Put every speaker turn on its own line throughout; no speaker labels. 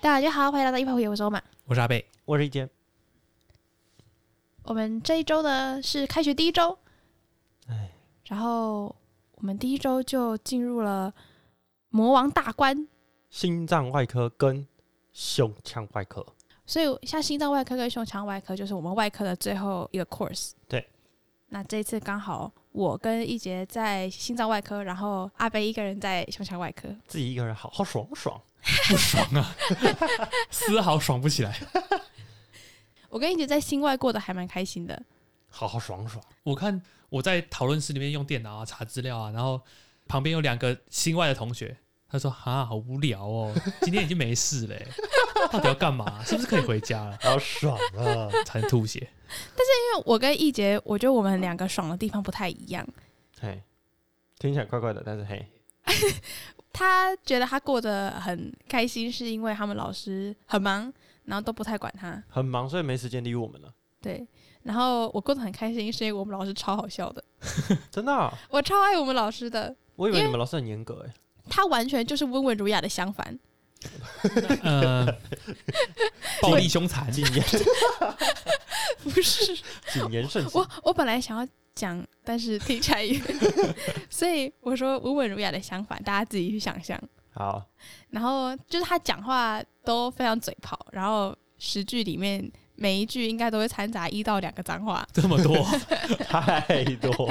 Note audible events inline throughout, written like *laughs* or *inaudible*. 大家好，欢迎来到一泡野我周嘛。
我是阿贝，
我是一杰。
我们这一周呢是开学第一周，
哎，
然后我们第一周就进入了魔王大关，
心脏外科跟胸腔外科，
所以像心脏外科跟胸腔外科就是我们外科的最后一个 course。
对，
那这一次刚好我跟一杰在心脏外科，然后阿贝一个人在胸腔外科。
自己一个人好好爽爽。
不爽 *laughs* 啊，丝毫爽不起来。
我跟一杰在心外过得还蛮开心的，
好好爽爽，
我看我在讨论室里面用电脑啊查资料啊，然后旁边有两个新外的同学，他说：“哈，好无聊哦，今天已经没事 *laughs* 嘞、到底要干嘛？是不是可以回家了
好爽啊！？”
才吐 *laughs* 血。
因为我跟一杰，我觉得我们两个爽的地方不太一样。
*laughs* 嘿，听起来怪怪的，但是嘿，
他觉得他过得很开心，是因为他们老师很忙，然后都不太管他。
很忙，所以没时间理我们了。
对，然后我过得很开心，是因为我们老师超好笑的，
真的啊、
我超爱我们老师的，
我以
因
为
为
你们老师很严格哎、
他完全就是温文儒雅的相反。
呃，暴力凶残，
谨言
不是，
谨言慎行
我。我本来想要讲，但是听起来也， *laughs* 所以我说温文儒雅的相反，大家自己去想象。
好，
然后就是他讲话都非常嘴炮，然后十句里面每一句应该都会掺杂一到两个脏话，
这么 *laughs* 多，
*laughs* 太多，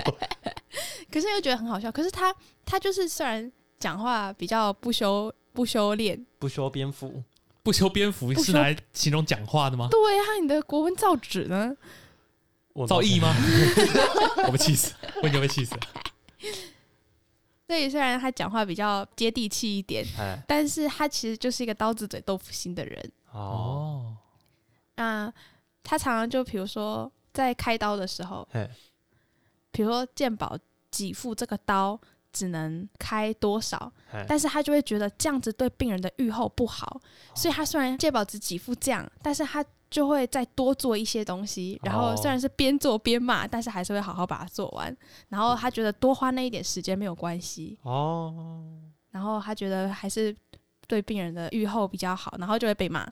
可是又觉得很好笑。可是他他就是虽然讲话比较不修不修炼，
不修边幅。
不修边幅是拿来形容讲话的吗？
对啊，你的国文造纸呢？
我
造诣吗？ *laughs* 我被气死，我已经被气死了。
对，虽然他讲话比较接地气一点，
*laughs* 哎，
但是他其实就是一个刀子嘴豆腐心的人。
哦，
哦，
那他常常就比如说在开刀的时候，
嘿，
比如说鉴宝给付这个刀只能开多少，
嘿，
但是他就会觉得这样子对病人的预后不好，所以他虽然健保只给付这样，但是他就会再多做一些东西，然后
哦
虽然是边做边骂，但是还是会好好把它做完。然后他觉得多花那一点时间没有关系，
哦，
然后他觉得还是对病人的预后比较好，然后就会被骂，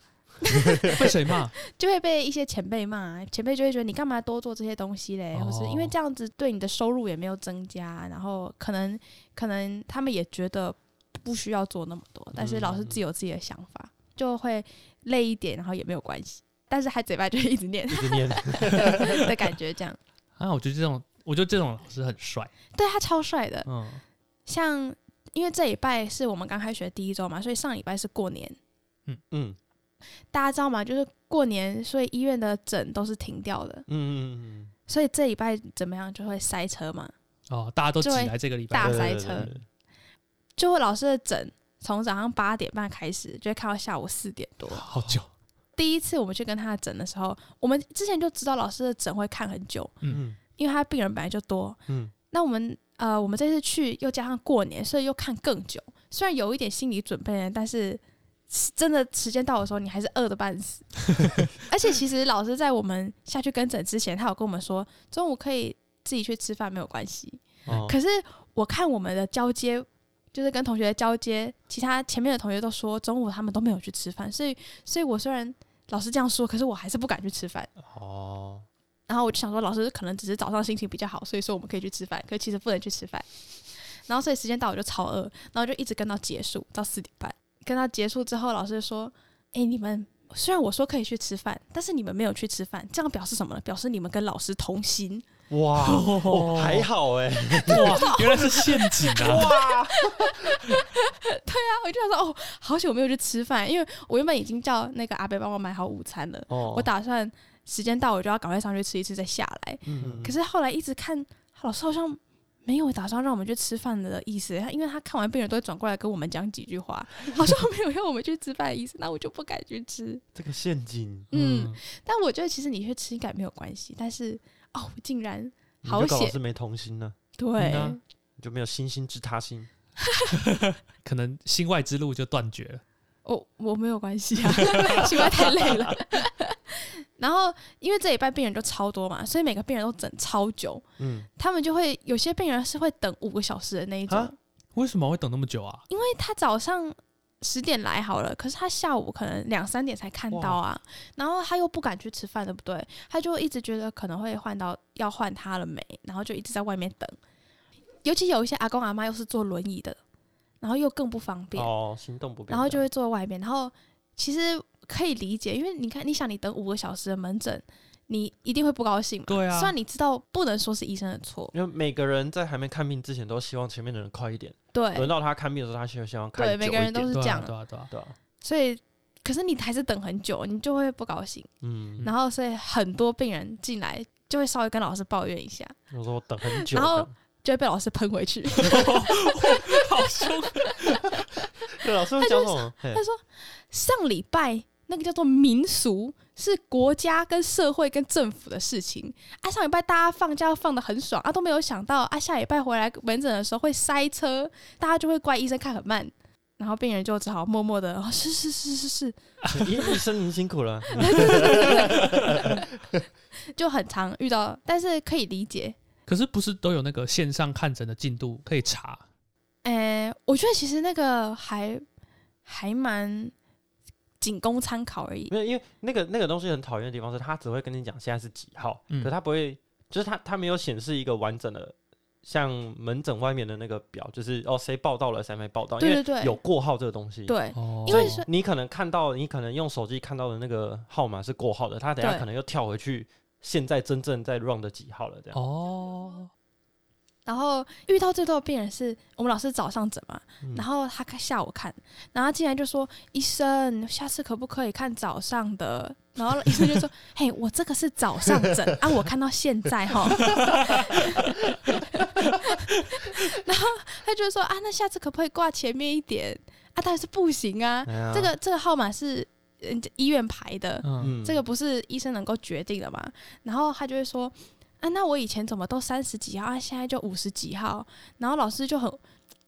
被谁骂？
就会被一些前辈骂，前辈就会觉得你干嘛多做这些东西嘞，
哦
或是因为这样子对你的收入也没有增加，然后可能可能他们也觉得不需要做那么多，但是老师自己有自己的想法，就会累一点，然后也没有关系，但是还嘴巴就会一直
*laughs*
念
一直念，
的感觉，这样
啊，我觉得这种，我觉得这种老师很帅。
对他超帅的，
嗯，
像。因为这礼拜是我们刚开学第一周嘛，所以上礼拜是过年，
嗯
大家知道吗？就是过年，所以医院的诊都是停掉的，
嗯嗯嗯
所以这礼拜怎么样就会塞车嘛。
哦，大家都挤
就会
来这个礼
大
拜，
对
塞
对对
车
对对
就老师的诊从早上八点半开始，就会看到下午四点多。
好久。
第一次我们去跟他的诊的时候，我们之前就知道老师的诊会看很久，
嗯
因为他病人本来就多。
嗯，
那我们呃，我们这次去又加上过年，所以又看更久。虽然有一点心理准备，但是真的时间到的时候，你还是饿的半死。 *laughs* 而且其实老师在我们下去跟诊之前，他有跟我们说，中午可以自己去吃饭，没有关系。
哦
可是我看我们的交接，就是跟同学的交接，其他前面的同学都说中午他们都没有去吃饭，所以，所以我虽然老师这样说，可是我还是不敢去吃饭。
哦，
然后我就想说，老师可能只是早上心情比较好，所以说我们可以去吃饭，可其实不能去吃饭。然后所以时间到我就超饿，然后就一直跟到结束，到四点半。跟到结束之后，老师就说：“哎、你们虽然我说可以去吃饭，但是你们没有去吃饭，这样表示什么呢？表示你们跟老师同心。”
哇，哦还好哎，
哇，原来是陷阱啊！
哇，
我就想说，哦，好久没有去吃饭，因为我原本已经叫那个阿北帮我买好午餐了，
哦
我打算时间到我就要赶快上去吃一吃再下来。
嗯
可是后来一直看老师好像没有打算让我们去吃饭的意思，他因为他看完病人都会转过来跟我们讲几句话，好像没有要我们去吃饭的意思，那我就不敢去吃。
这个陷阱，
嗯，但我觉得其实你去吃应该没有关系，但是哦，我竟然
你
好
就跟老
险
师没童心呢，
对、
嗯啊
你就没有星星之他心。
可能心外之路就断绝了。
我哦我没有关系啊， *laughs* 奇怪太累了。 *laughs* 然后因为这礼拜病人就超多嘛，所以每个病人都等超久，
嗯，
他们就会有些病人是会等五个小时的那一种，
啊
因
为什么会等那么久啊？
为他早上十点来好了，可是他下午可能两三点才看到啊，然后他又不敢去吃饭，对不对？他就一直觉得可能会换到要换他了没，然后就一直在外面等。尤其有一些阿公阿妈又是坐轮椅的，然后又更不方便，
哦，行动不便，
然后就会坐在外面。然后其实可以理解，因为你看，你想你等五个小时的门诊，你一定会不高兴嘛。
对啊
虽然你知道不能说是医生的错，
因为每个人在还没看病之前，都希望前面的人快一点。
对
轮到他看病的时候，他希望希望看
对
久
每个人
一点
都是
对
这
啊
样
对啊对啊，
对啊，
所以可是你还是等很久，你就会不高兴。
嗯，
然后所以很多病人进来就会稍微跟老师抱怨一下，
我说我等很久，
然后就会被老师 *laughs* 喷回去。
好凶，
对老师会讲什么？嘿
他说上礼拜那个叫做民俗是国家跟社会跟政府的事情啊，上礼拜大家放假放的很爽啊，都没有想到啊，下礼拜回来门诊的时候会塞车，大家就会怪医生看很慢。然后病人就只好默默 *laughs* 的，哦、是是是是是，
医医生您辛苦了，
就很常遇到，但是可以理解。
*laughs* 可是不是都有那个线上看诊的进度可以查？
诶、呃我觉得其实那个还还蛮仅供参考而已。
没有，因为那个那个东西很讨厌的地方是，他只会跟你讲现在是几号，
嗯
可他不会，就是他他没有显示一个完整的，像门诊外面的那个表，就是哦谁报到了，谁没报到，因
对
为
对对，
有过号这个东西。，
对，
哦，
因为是
你可能看到，你可能用手机看到的那个号码是过号的，他等下
对
可能又跳回去，现在真正在 run 的几号了，这样。
哦，
然后遇到最多的病人是我们老师早上诊嘛，
嗯
然后他看下午看，然后他进来就说：“医生，下次可不可以看早上的？”然后医生就说：“嘿，我这个是早上诊啊，我看到现在哈。” *laughs* 然后他就说：“啊，那下次可不可以挂前面一点？”啊，当然是不行啊，
哎呀
这个这个号码是嗯医院排的，
嗯，
嗯
这个不是医生能够决定的嘛？然后他就会说，啊，那我以前怎么都三十几号，啊，现在就五十几号？然后老师就很，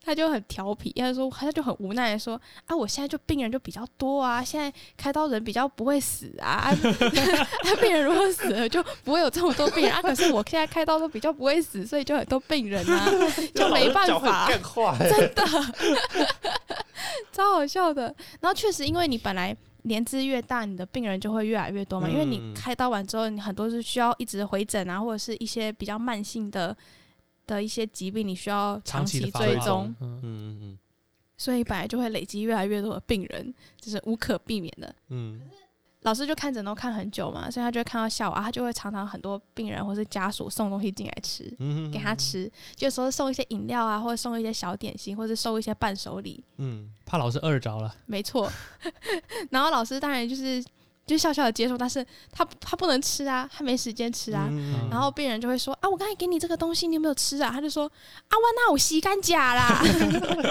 他就很调皮，他就说，他就很无奈的说，啊，我现在就病人就比较多啊，现在开刀人比较不会死啊，啊， *laughs* 啊病人如果死了就不会有这么多病人啊，可是我现在开刀都比较不会死，所以就很多病人啊，就没办法。啊
更坏。
真的，超好笑的。然后确实，因为你本来年纪越大，你的病人就会越来越多嘛，因为你
嗯
开刀完之后，你很多是需要一直回诊啊，或者是一些比较慢性的的一些疾病，你需要
长期
期
的发
追
展
踪，
嗯，
嗯嗯
所以本来就会累积越来越多的病人，这是无可避免的。
嗯
老师就看诊都看很久嘛，所以他就会看到下午啊，他就会常常很多病人或是家属送东西进来吃，
嗯，
给他吃，就有时候送一些饮料啊，或者送一些小点心，或者送一些伴手礼，
嗯，
怕老师饿着了，
没错。 *laughs* 然后老师当然就是就笑笑的接受，但是他他不能吃啊，他没时间吃啊。
嗯
然后病人就会说啊，我刚才给你这个东西，你有没有吃啊？他就说啊，我那我吸干甲啦。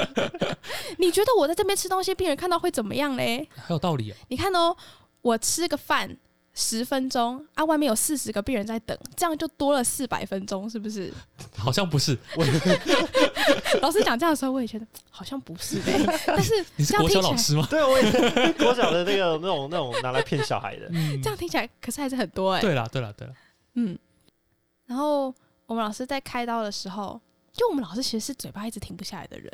*laughs* 你觉得我在这边吃东西，病人看到会怎么样嘞？
还有道理哦。
你看哦，我吃个饭十分钟啊，外面有四十个病人在等，这样就多了四百分钟，是不是？
好像不是，
老师讲这样的时候，我也觉得好像不是嘞， *laughs* 但是
你是
这样
国
听
小
起
老
来
师吗？
嗯对我也 *laughs* 我晓得那个那种那种拿来骗小孩的，
嗯
这，样听起来可是还是很多哎、
对啦对啦对啦，
嗯，然后我们老师在开刀的时候，就我们老师其实是嘴巴一直停不下来的人，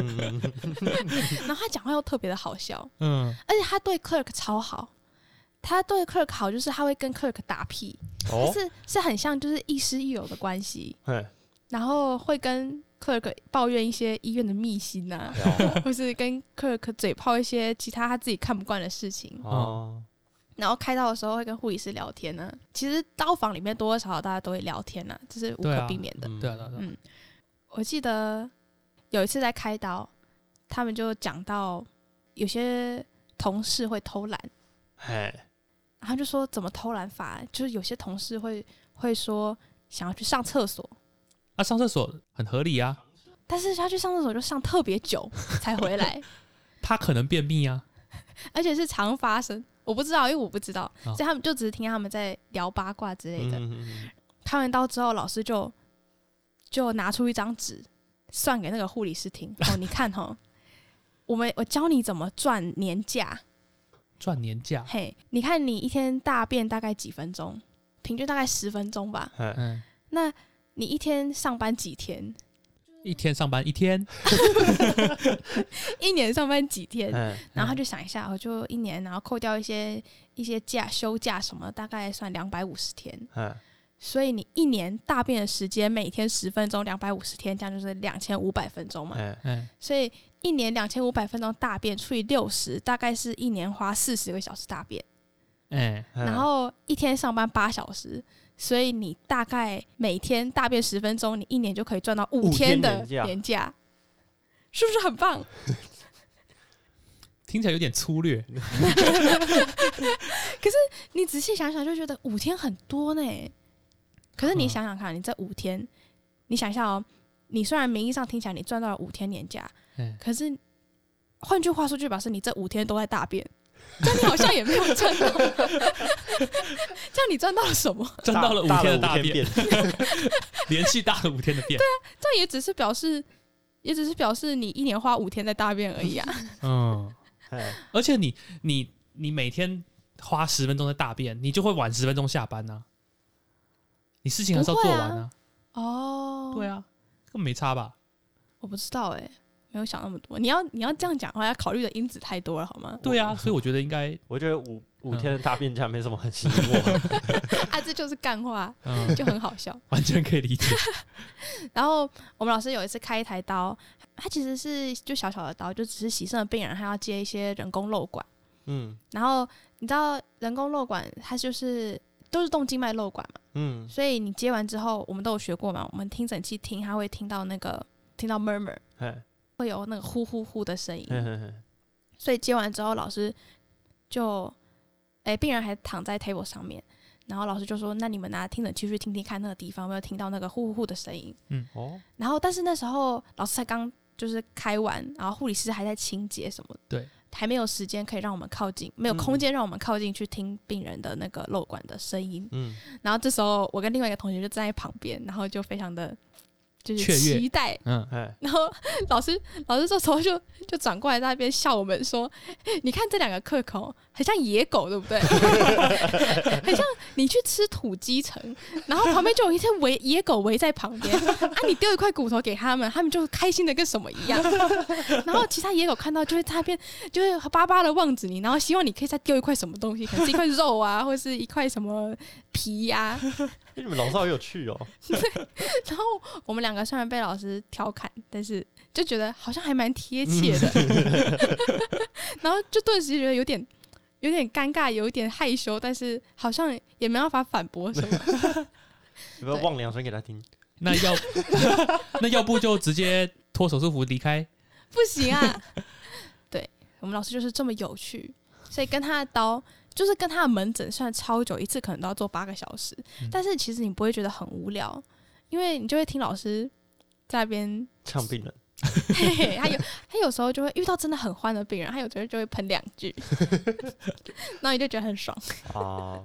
嗯
然后他讲话又特别的好笑，
嗯，
而且他对 clerk 超好。他对 clerk 好，就是他会跟 clerk 打屁，
哦，
是是很像就是亦师亦友的关系，
嘿，
然后会跟 clerk 抱怨一些医院的秘辛呐、
哦
或是跟 clerk 嘴炮一些其他他自己看不惯的事情，
哦，
然后开刀的时候会跟护理师聊天呢、其实刀房里面多多少少大家都会聊天呐、这是无
对
可
啊
避免的。
嗯
对啊对啊，对啊
嗯，我记得有一次在开刀，他们就讲到有些同事会偷懒，
嘿，
然后就说怎么偷懒法，就是有些同事会会说想要去上厕所，
啊，上厕所很合理啊，
但是他去上厕所就上特别久才回来，
他可能便秘啊，
而且是常发生。我不知道，因为我不知道，
哦
所以他们就只是听他们在聊八卦之类的。
嗯
开完刀之后，老师就就拿出一张纸算给那个护理师听。哦，你看哦， *laughs* 我们我教你怎么赚年假。
赚年假，
嘿，你看你一天大便大概几分钟？平均大概十分钟吧。
嘿，
嗯，
那你一天上班几天？ *laughs*
一天上班一 *laughs* 天，
一年上班几天，
嗯，
然后他就想一下，我就一年，然后扣掉一些一些假、休假什么，大概算两百五十天。
嗯，
所以你一年大便的时间，每天十分钟，两百五十天，这样就是两千五百分钟嘛。
嗯，
嗯，
所以一年两千五百分钟大便除以六十，大概是一年花四十个小时大便，
哎，
嗯
然后一天上班八小时，所以你大概每天大便十分钟，你一年就可以赚到
五
五
天
的
年假
年假，是不是很棒？
听起来有点粗略，
你仔细想想就觉得五天很多呢。可是你
嗯
想想看，你这五天，你想一下哦，你虽然名义上听起来你赚到了五天年假，
嗯
可是换句话说，就表示你这五天都在大便，但你好像也没有赚到。 *laughs* 这样你赚到了什么？
赚
大
到了五天的大
大了五
便，
便，
连续大了五天的便，
这样也只是表示，也只是表示你一年花五天在大便而已啊。
嗯，
嗯
而且你你你每天花十分钟在大便，你就会晚十分钟下班呐、你事情还是要做完啊，
*laughs* 哦，
对
啊，
啊，根本没差吧？
我不知道哎、没有想那么多。你要你要这样讲的话，要考虑的因子太多了好吗？
对啊，所以我觉得应该，
我觉得五五天的大便假没什么很吸引我，
*laughs* 啊，这就是干话，
嗯，
*laughs* 就很好笑。
*laughs* 完全可以理解。
然后我们老师有一次开一台刀，他其实是就小小的刀，就只是洗肾的病人，他要接一些人工漏管。
嗯
然后你知道人工漏管，它就是都是动静脉漏管嘛，
嗯
所以你接完之后，我们都有学过嘛，我们听诊器听，它会听到那个听到 murmur，
嗯
会有那个呼呼呼的声音。
嗯
所以接完之后，老师就，哎、病人还躺在 table 上面，然后老师就说：“那你们拿听诊器去听听看那个地方有没有听到那个呼呼呼的声音。”
哦，
然后，但是那时候老师才刚就是开完，然后护理师还在清洁什么的，
对，
还没有时间可以让我们靠近，没有
嗯
空间让我们靠近去听病人的那个漏管的声音。
嗯
然后这时候我跟另外一个同学就站在旁边，然后就非常的就
雀
是
跃
期待。
嗯，
哎
然后老师老师这时候就就转过来在那边笑我们说：“你看这两个客口很像野狗，对不 *laughs* 对？很像你去吃土鸡城，然后旁边就有一些围野狗围在旁边啊，你丢一块骨头给他们，他们就开心的跟什么一样。 *laughs* 然后其他野狗看到就会在那边就会巴巴的望着你，然后希望你可以再丢一块什么东西，可能是一块肉啊，或是一块什么皮呀、
你们老师好有趣哦，
然后我们两个虽然被老师调侃，但是就觉得好像还蛮贴切的， *laughs* 然后就顿时觉得有点有点尴尬，有一点害羞，但是好像也没办法反驳什么。 *laughs*
有没有
对
望两声给他听？
那要 *laughs* 那要不就直接脱手术服离开，
不行啊， *laughs* 对我们老师就是这么有趣，所以跟他的刀。就是跟他的门诊虽然超久，一次可能都要做八个小时，
嗯
但是其实你不会觉得很无聊，因为你就会听老师在那边
呛病人，
嘿嘿， *laughs* 他有他有时候就会遇到真的很欢的病人，他有时候就会喷两
*laughs*
句，然后你就觉得很爽。
啊，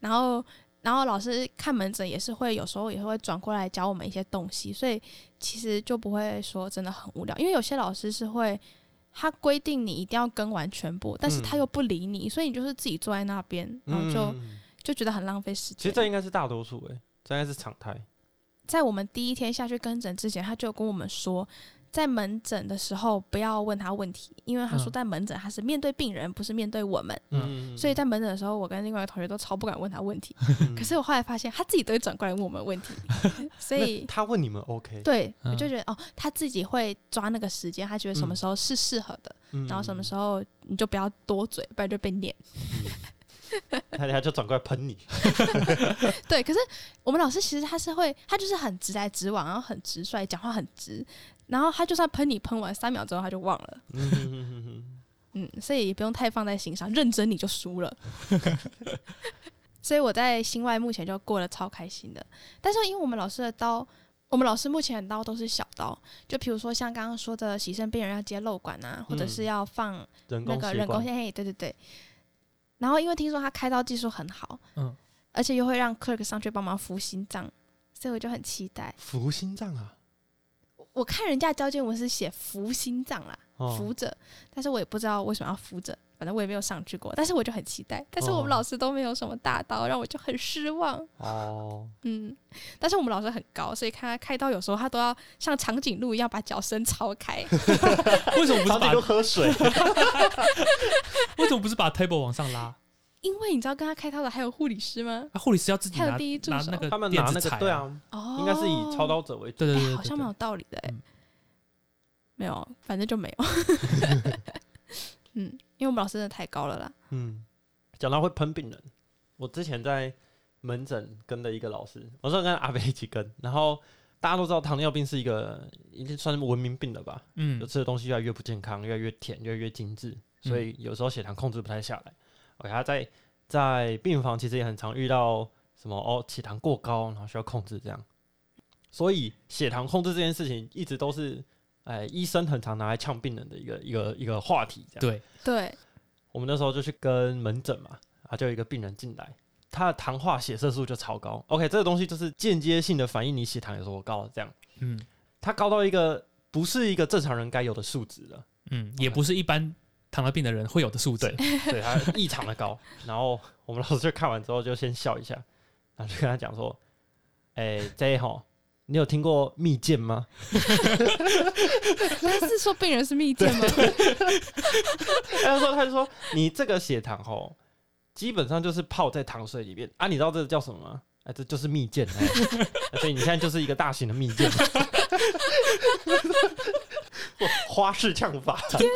然后然后老师看门诊也是会有时候也会转过来教我们一些东西，所以其实就不会说真的很无聊，因为有些老师是会。他规定你一定要跟完全部，但是他
嗯
又不理你，所以你就是自己坐在那边，然后就、
嗯
就觉得很浪费时
其实
间。
这应该是大多数哎，这应该是常态。
在我们第一天下去跟诊之前，他就有跟我们说，在门诊的时候不要问他问题，因为他说
嗯
在门诊他是面对病人，不是面对我们。
嗯，
所以在门诊的时候，我跟另外一个同学都超不敢问他问题。可是我后来发现，他自己都会转过来问我们问题，所以
那他问你们 OK，
对
嗯
我就觉得哦，他自己会抓那个时间，他觉得什么时候是适合的，
嗯
然后什么时候你就不要多嘴，不然就被念。
候他他就转过来喷你，
对，可是我们老师其实他是会，他就是很直来直往，然后很直率，讲话很直，然后他就算喷你喷完三秒之后他就忘了。
嗯嗯嗯嗯
嗯，所以也不用太放在心上，认真你就输了。 *laughs* 所以我在新外目前就过得超开心的，但是因为我们老师的刀，我们老师目前的刀都是小刀，就比如说像刚刚说的洗肾病人要接漏管啊，或者是要放
人
那
工
个
血
人工
管，
线，嘿，对对对。然后因为听说他开刀技术很好，
嗯，
而且又会让 clerk 上去帮忙扶心脏，所以我就很期待。
服心脏啊，
我我看人家交卷文是写扶心脏啦，
哦
扶着，但是我也不知道为什么要扶着，反正我也没有上去过，但是我就很期待。但是我们老师都没有什么大刀，让我就很失望。
哦，
嗯，但是我们老师很高，所以看他开刀，有时候他都要像长颈鹿一样把脚伸超开。 *laughs*
为什么不
差
是
点
把
都喝水，
*laughs* 为什么不是把 table 往上拉？
因为你知道跟他开刀的还有护理师吗？
啊，护理师要自己
还有
拿
第一助
拿
手
那个
他们
电
拿 *laughs*
子
那个
裁
对，啊，
哦，
应该是以操刀者为主。
对对啊对
哎
对，
好像蛮有道理的哎、
嗯
没有，反正就没
*laughs*
有。嗯，因为我们老师真的太高了啦。
嗯，讲到会喷病人，我之前在门诊跟的一个老师，我说跟阿北一起跟，然后大家都知道糖尿病是一个已经算是文明病了吧，就
嗯，
吃的东西越来越不健康，越来越甜，越来越精致，所
嗯
以有时候血糖控制不太下来。OK，他在在病房其实也很常遇到什么哦，血糖过高，然后需要控制这样。所以血糖控制这件事情一直都是，哎，医生很常拿来呛病人的一个一个一个话题。这样，
对， *laughs*
对，
我们那时候就去跟门诊嘛，啊，就有一个病人进来，他的糖化血色素就超高。OK，这个东西就是间接性的反映你血糖有多高，这样，
嗯
它高到一个不是一个正常人该有的数值了。
嗯，也不是一般糖尿病的人会有的数 *laughs* 值。
*laughs* 对他异常的高。然后我们老师就看完之后就先笑一下，然后就跟他讲说：“哎、这吼，你有听过蜜饯吗 *laughs*
他是说病人是密件吗？？”
他就说：“他就说你这个血糖吼，基本上就是泡在糖水里面啊，你知道这个叫什么吗？”哎、这就是蜜饯、哎啊 *laughs* 所以你现在就是一个大型的蜜 *laughs* 饯。啊哇花式呛法，
对，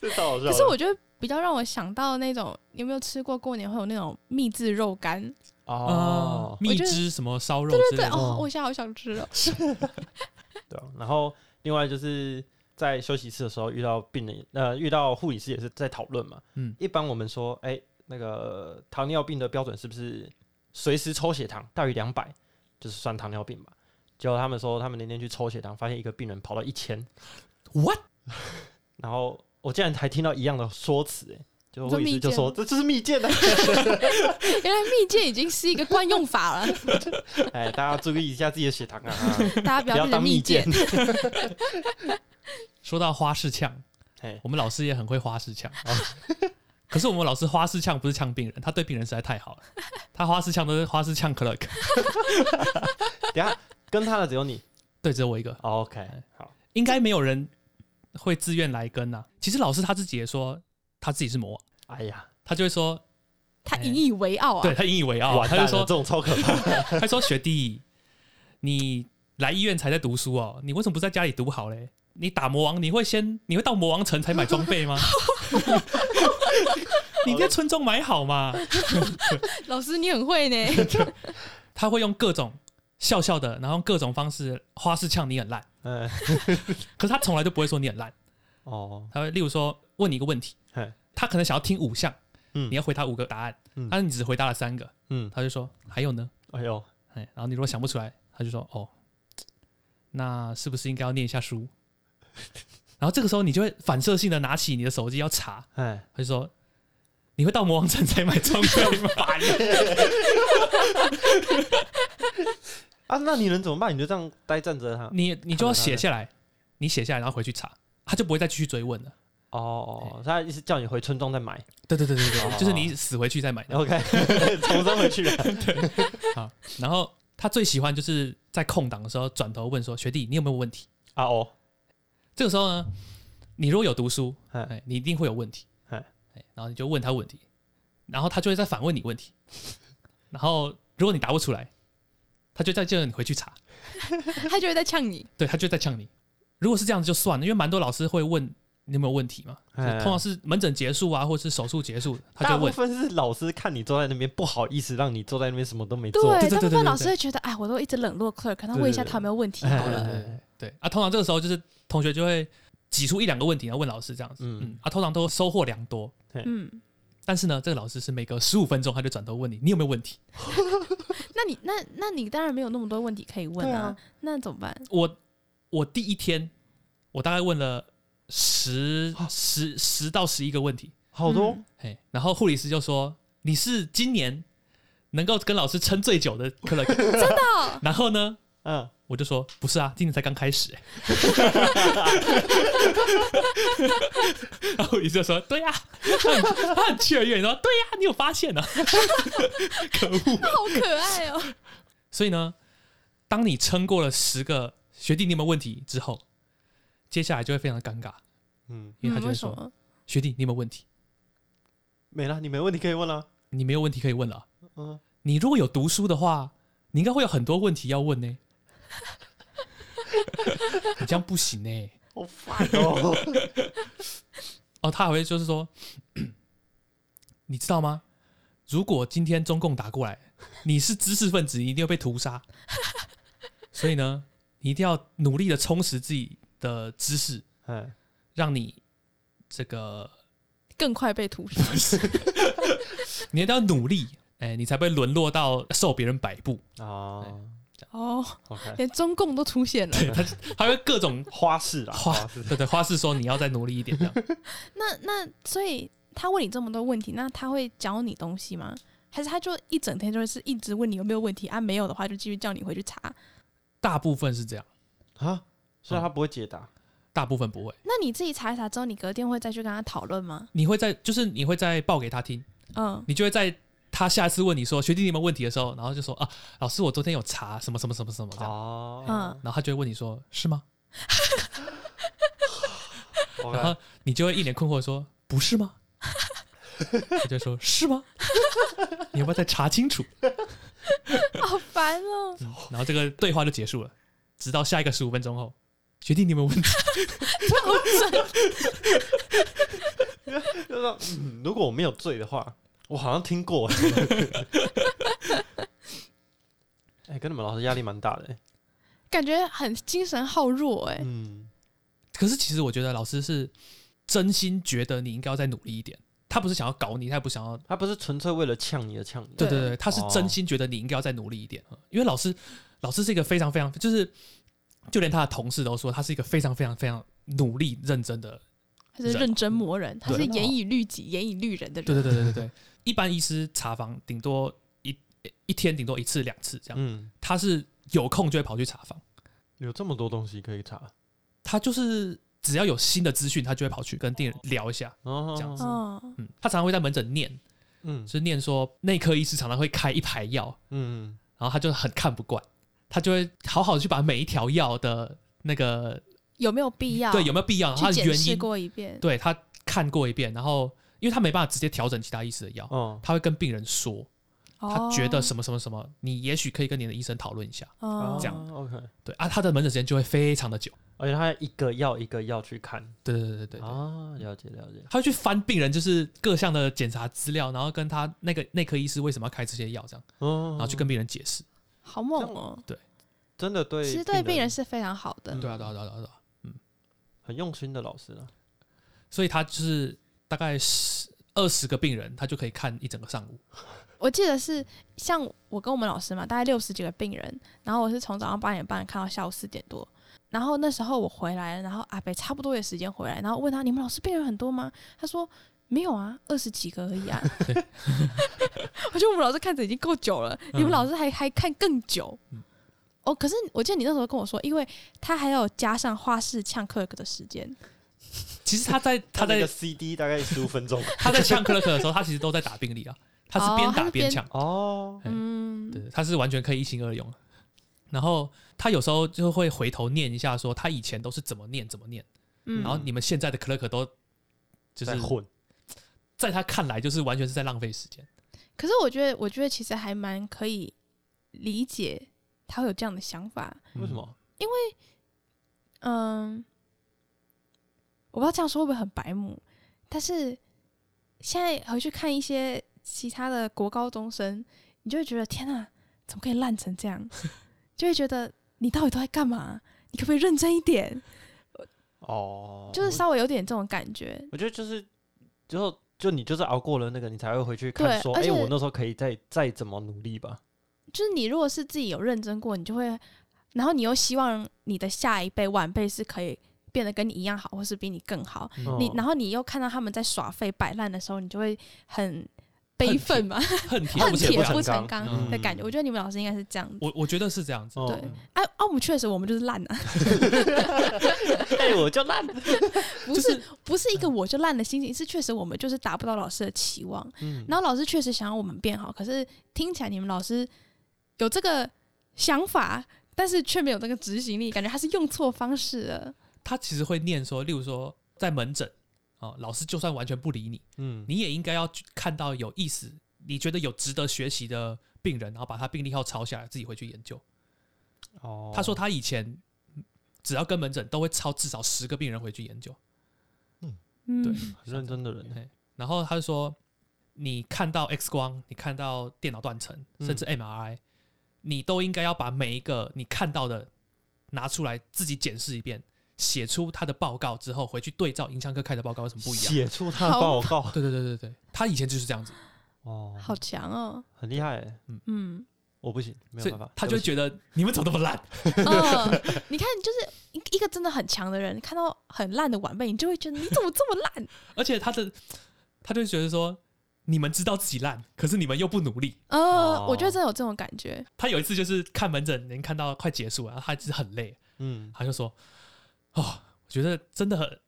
这超好笑的。
可是我觉得比较让我想到那种，你有没有吃过过年会有那种秘制肉干？
啊
哦，，
蜜
我觉得
汁什么烧肉之类
对
的，
哦
哦，
我现在好想吃哦。
对啊，然后另外就是在休息室的时候遇到病人，呃，遇到护理师也是在讨论嘛。
嗯
一般我们说，哎、那个糖尿病的标准是不是随时抽血糖大于两百，就是算糖尿病嘛？结果他们说，他们那天去抽血糖，发现一个病人跑到一千，
what？
然后我竟然还听到一样的说辞、哎，就
你说
护理师就
蜜饯
说这就是蜜饯的、啊
*laughs* 原来蜜饯已经是一个惯用法了，
哎、大家注意一下自己的
*laughs*
血糖啊，
大家不
不
要变
要
成
当
蜜
蜜
饯。
饯。
说到花式呛，
哎，
我们老师也很会花式呛
哦。
*laughs* 可是我们老师花式呛不是呛病人，他对病人实在太
*laughs*
好了。他花式呛都是花式呛 clerk，
等一下跟他的只有你、
对，只有我一个，
哦、，OK，好，
哎应该没有人会自愿来跟呐、啊其实老师他自己也说他自己是魔王，
哎呀，
他就会说，
他引以为傲啊
哎对！他引以为傲啊，
完
他
蛋了
就说
这种超可怕。
*laughs* 他说：“学弟，你来医院才在读书哦，你为什么不在家里读好嘞？你打魔王，你会先你会到魔王城才买装
*laughs*
备吗？你在村中买好嘛？
老师，你很会呢。
他会用各种笑笑的，然后用各种方式花式呛你很烂，
嗯，
可是他从来都不会说你很烂，
哦，
他会例如说问你一个问题
嘿，
他可能想要听五项，
嗯
你要回答五个答案，
嗯
但是你只回答了三个，
嗯，
他就说还有呢，
哎呦，
哎，然后你如果想不出来，他就说哦，那是不是应该要念一下书？ *laughs* 然后这个时候你就会反射性的拿起你的手机要查，
哎，
他就说你会到魔王城才买装备 *laughs* 吗？
啊，那你能怎么办？你就这样呆站着他？哦
你你就要写下来，你写下来然后回去查，他就不会再继续追问了。
哦，哦他意思叫你回村庄再买
对对对对对，
哦
就是你死回去再买。
，OK，重 *laughs* 生回去了。
好，然后他最喜欢就是在空档的时候转头问说学弟你有没有问题？
啊哦，
这个时候呢，你如果有读书，
哎
哎，你一定会有问题，哎
哎，
然后你就问他问题，然后他就会再反问你问题，然后如果你答不出来，他就再叫你回去查，
他就会在呛你，
对他就再呛你。如果是这样子就算了，因为蛮多老师会问你有没有问题嘛，就
哎
通常是门诊结束啊，或是手术结束，他
大
就
部
问，
分是老师看你坐在那边，不好意思让你坐在那边什么都没做。
对，
对对
大部
对对
分老师
对
会觉得，哎，我都一直冷落 clerk，那问一下他有没有问题
哎
好
对
了。
对对对啊，通常这个时候就是同学就会挤出一两个问题，然后问老师这样子，
嗯
嗯，啊，通常都收获良多。
嗯，
但是呢，这个老师是每隔十五分钟他就转头问你，你有没有问题？
那你那那你当然没有那么多问题可以问
对
啊
啊，
那怎么
*laughs*
办？
我我第一天，我大概问了十十十到十一个问题，
好多
嗯
嘿，然后护理师就说你是今年能够跟老师撑最久的 clerk，
真的哦
*laughs* 然后呢，
嗯，
我就说不是啊，今年才刚开始、 *laughs* 欸。然后我就说对呀、啊，他很他很雀跃，你说对呀、你有发现呢、啊？可恶！
好可爱哦、
所以呢，当你撑过了十个学弟你有没有问题之后，接下来就会非常的尴尬，
嗯，
*laughs* 因为他
嗯
就
为
会
什
说、
么？
学弟你有没有问题？
没了，你没问题可以问了。
你没有问题可以问了。
嗯，
你如果有读书的话，你应该会有很多问题要问呢、 *laughs* 你这样不行呢、
好烦哦。 *laughs*
哦，他还会就是说， *coughs* 你知道吗？如果今天中共打过来，你是知识分子，你一定会被屠杀。所以呢，你一定要努力的充实自己的知识，
哎，
让你这个
更快被屠杀。
*laughs* 你一定要努力，哎、你才不会沦落到受别人摆布。
哦
哦，
，OK，
连中共都出现了。
他会各种
花式啊，
花
花式。
对对花式说你要再努力一点这样。
那那所以他问你这么多问题，那他会教你东西吗？还是他就一整天就是一直问你有没有问题啊？没有的话就继续叫你回去查。
大部分是这样，
啊，所以他不会解答。
大部分不会。
那你自己查一查之后，你隔天会再去跟他讨论吗？
你会在就是你会再报给他听，
嗯，
你就会在他下次问你说学弟你有没有问题的时候，然后就说啊，老师我昨天有查什么什么什么什么这样，
哦
嗯
然后他就会问你说是吗？然
，OK，
后你就会一脸困惑地说不是吗？ *laughs* 他就说是吗？ *laughs* 你要不要再查清楚？
好烦哦、
嗯然后这个对话就结束了，直到下一个十五分钟后，学弟你有没有问题？
就是说嗯如果我没有醉的话，我好像听过。哎，跟你们老师压力蛮大的。欸
感觉很精神耗弱哎、
嗯，
可是其实我觉得老师是真心觉得你应该要再努力一点，他不是想要搞你，他也不想要
他不是纯粹为了呛你而呛你。啊
对
对
对哦对，他是真心觉得你应该要再努力一点，嗯因为老师老师是一个非常非常就是，就连他的同事都说他是一个非常非常非常努力认真的。
他是认真磨人，他
嗯对
是严以律己、严以律人的人。
对对对对对对， *laughs* 一般医师查房顶多一一天顶多一次两次这样，
嗯，
他是有空就会跑去查房，
有这么多东西可以查。
他就是只要有新的资讯，他就会跑去跟店员聊一下。
哦，
这样子
嗯，
嗯，他常常会在门诊念，
嗯
就是念说内科医师常常会开一排药，
嗯，
然后他就很看不惯，他就会好好地去把每一条药的那个
有没有必要？
对，有没有必要？他
去
的
检
原
视
因，
过一遍。
对他看过一遍，然后因为他没办法直接调整其他医师的药，
哦，
他会跟病人说，他
哦
觉得什么什么什么，你也许可以跟你的医生讨论一下。
哦
这样
OK。
对啊，他的门诊时间就会非常的久。
而且他一个药一个药去看
对对对对对，
啊，了解了解。
他会去翻病人就是各项的检查资料，然后跟他那个内科医师为什么要开这些药这样，
嗯，
然后去跟病人解释。
好猛哦、
真的对，
其实对病人是非常好的。
对啊对啊对啊对啊对啊，
很用心的老师啊了。
所以他就是大概十二十个病人，他就可以看一整个上午。
我记得是像我跟我们老师嘛，大概六十几个病人，然后我是从早上八点半看到下午四点多。然后那时候我回来了，然后阿北差不多也时间回来，然后问他你们老师病人很多吗？他说没有啊，二十几个而已啊。
嗯
*laughs* 我觉得我们老师看着已经够久了，你们老师还还看更久。
嗯
哦，可是我记得你那时候跟我说，因为他还有加上画室呛课的时间，
其实他在他
那
在
*laughs* 个 CD 大概十五分钟
他在呛克勒克的时候，他其实都在打病历啊，他是边
哦他
打
是
边
边
呛。
哦，
哎
嗯，
对，他是完全可以一心二用。然后他有时候就会回头念一下，说他以前都是怎么念怎么念，
嗯，
然后你们现在的 clerk 都就是
在混
在他看来就是完全是在浪费时间。
可是我觉得，我觉得其实还蛮可以理解他会有这样的想法。
为什么？
嗯，我不知道这样说会不会很白目，但是现在回去看一些其他的国高中生，你就会觉得天啊，怎么可以烂成这样？就会觉得你到底都在干嘛？你可不可以认真一点？
哦，
就是稍微有点这种感觉。
我觉得就是之后就你就是熬过了那个，你才会回去看
对
说，
而
哎，
且
我那时候可以再再怎么努力吧。
就是你如果是自己有认真过，你就会，然后你又希望你的下一辈晚辈是可以变得跟你一样好，或是比你更好。
嗯
你然
后
后你又看到他们在耍废摆烂的时候，你就会很悲愤嘛，
恨铁
恨
不
铁
成
不
钢。
成
嗯
钢的感觉。我觉得你们老师应该是这样子。
我我觉得是这样子，
哦
对哎啊，我们确实我们就是烂啊，
哎，我就烂。
*laughs* 不是、不是一个我就烂的心情，是确实我们就是达不到老师的期望。
嗯
然后老师确实想要我们变好，可是听起来你们老师有这个想法，但是却没有这个执行力，感觉他是用错方式了。
他其实会念说，例如说在门诊哦，老师就算完全不理你，
嗯，
你也应该要去看到有意思，你觉得有值得学习的病人，然后把他病历号抄下来，自己回去研究。
哦
他说他以前嗯只要跟门诊都会抄至少十个病人回去研究，
嗯，
对
很认真的人欸
嘿然后他就说，你看到 X 光，你看到电脑断层，
嗯
甚至 MRI，、你都应该要把每一个你看到的拿出来自己检视一遍，写出他的报告之后，回去对照影像科开的报告有什么不一样。
写出他的报
*laughs*
告
对对对对对，他以前就是这样子，
哦，
好强哦，
很厉害欸，
嗯，
我不行，没
所
有
以
办法，
他就会
对
觉得你们怎么那么烂？
哦，你看，就是一一个真的很强的人，看到很烂的晚辈，你就会觉得你怎么这么烂？
而且他的他就会觉得说，你们知道自己烂，可是你们又不努力。
呃，
哦
我觉得真的有这种感觉，
他有一次就是看门诊，能看到快结束了，然后他就是很累，
不起，嗯，
他就说：“哦，我觉得真的很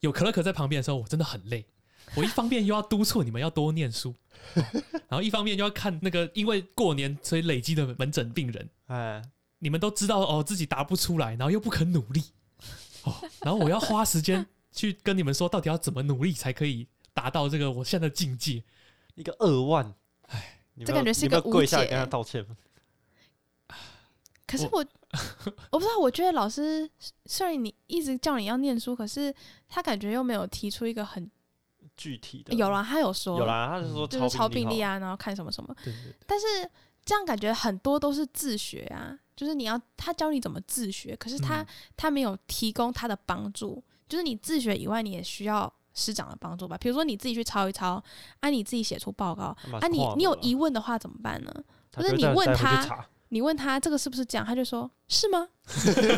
有可乐可在旁边的时候，我真的很累。我一方面又要督促你们要多念书， *laughs* 哦然后一方面又要看那个因为过年所以累积的门诊病人，
哎，
你们都知道哦自己答不出来，然后又不肯努力，哦，然后我要花时间去跟你们说到底要怎么努力才可以达到这个我现在的境界。
一个二万，哎，
这感觉是一
你有
个
没有跪下来
无解欸
跟他道歉吗，
可是我我不知 *laughs* 道，我觉得老师虽然你一直叫你要念书，可是他感觉又没有提出一个很
具体的
有，啦，他有说
有啦，他是说
就是抄病例
啊，
啊，然后看什么什么。
对对对，
但是这样感觉很多都是自学啊，就是你要他教你怎么自学，可是他、
嗯
他没有提供他的帮助，就是你自学以外，你也需要师长的帮助吧。比如说你自己去抄一抄，啊，你自己写出报告，
蛮
啊你，
跨
你有
的啦
疑问的话怎么办呢？
他
不是
就
你
再
问
再回去
他
查
你问他这个是不是这样，他就说是 *laughs* 吗？那那你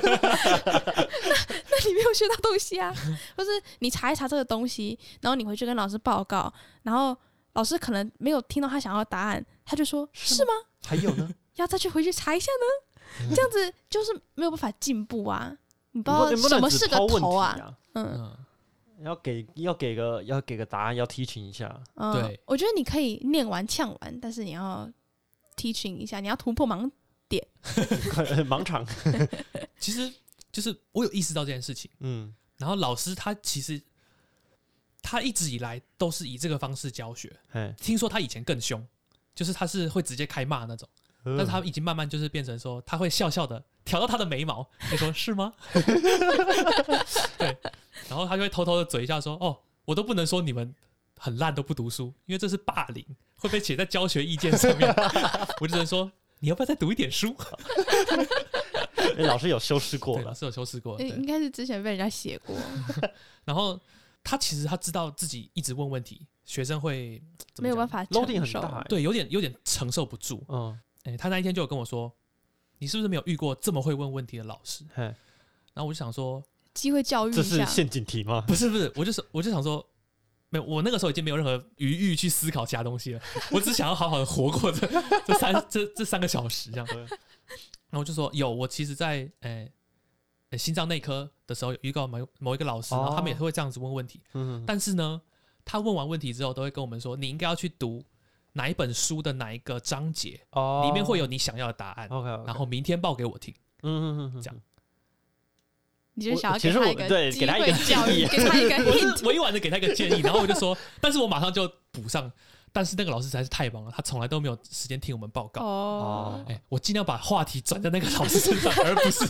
没有学到东西啊， *laughs* 或是你查一查这个东西，然后你回去跟老师报告，然后老师可能没有听到他想要的答案，他就说是吗？
还有呢，
要再去回去查一 *laughs* 下呢？这样子就是没有办法进步啊！你不知道
你不
什
能
么
只
是个
抛问
头
题
啊？
啊，
嗯
嗯，
要给要给个 *laughs* 要给个答案，要提醒一下， *laughs*
嗯，
对
我觉得你可以念完呛完，但是你要 teaching 一下，你要突破盲
快盲场，
其实就是我有意识到这件事情。”
嗯
然后老师他其实他一直以来都是以这个方式教学，
*laughs* 嘿，
听说他以前更凶，就是他是会直接开骂那种，
但
但是他已经慢慢就是变成说他会笑笑的挑到他的眉毛，你说是吗？ *laughs* 对，然后他就会偷偷的嘴一下说哦，我都不能说你们很烂都不读书，因为这是霸凌，会被写在教学意见上面， *laughs* 我就只能说。你要不要再读一点书？
哎老师有修饰过
对，老
了，
师有修饰
哦
过。
诶
对
应该是之前被人家写过，
然后他其实他知道自己一直问问题，学生会怎么
没有
讲
办法
*laughs*
承
loading 很
受
大，，哎欸
对，有点有点承受不住。
嗯，
哎、他那一天就有跟我说，你是不是没有遇过这么会问问题的老师？
嘿，
然后我就想说，
机会教育
这
一
是
下。
陷阱题
*laughs*
吗？
不是不是，我就是我就想说，没有，我那个时候已经没有任何余裕去思考其他东西了，我只想要好好的活过这 *laughs* 这三这这三个小时这样。
对
然后我就说，有，我其实在诶、呃心脏内科的时候有遇到某某一个老师，然后他们也会这样子问问题，
嗯，
但是呢，他问完问题之后都会跟我们说，你应该要去读哪一本书的哪一个章节，
哦，
里面会有你想要的答案。
OK，
然后明天报给我听。 *laughs*
嗯嗯嗯，
这样
你就想要
我其
给
实
他
我
一个
对
机
给他一
会
个
教
建
育，
议
给他一个
我
hint，
是委婉的给他一个建议，然后我就说，但是我马上就补上。但是那个老师实在是太忙了，他从来都没有时间听我们报告。
哦
哦，
哎、我尽量把话题转在那个老师身上，而不是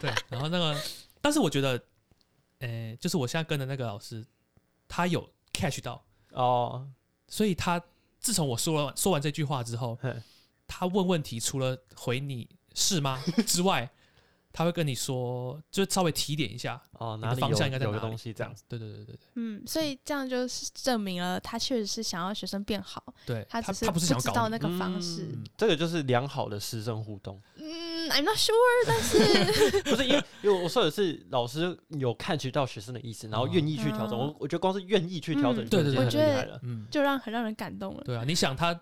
对。然后那个，但是我觉得，呃，就是我现在跟的那个老师，他有 catch 到，
哦，
所以他自从我说完说完这句话之后
嘿，
他问问题除了回你是
*laughs*
吗之外，他会跟你说，就稍微提点一下，
哦，
你
哪
的
里
方
有
向应该在
有
哪
个
里
东西这样？
子。对对对对对
嗯，所以这样就是证明了他确实是想要学生变好，
对，
他
他
只是
不是想
知道
嗯
搞你
那个方式。
嗯这个就是良好的师生互动。 *laughs*
嗯， I'm not sure，但是
不是因为因为我说的是老师有看取到学生的意思，然后愿意去调整。
哦
我我觉得光是愿意去调整
嗯
就
对对嗯
已经
对
很厉害了。
嗯，
就让很让人感动了。
对啊，你想他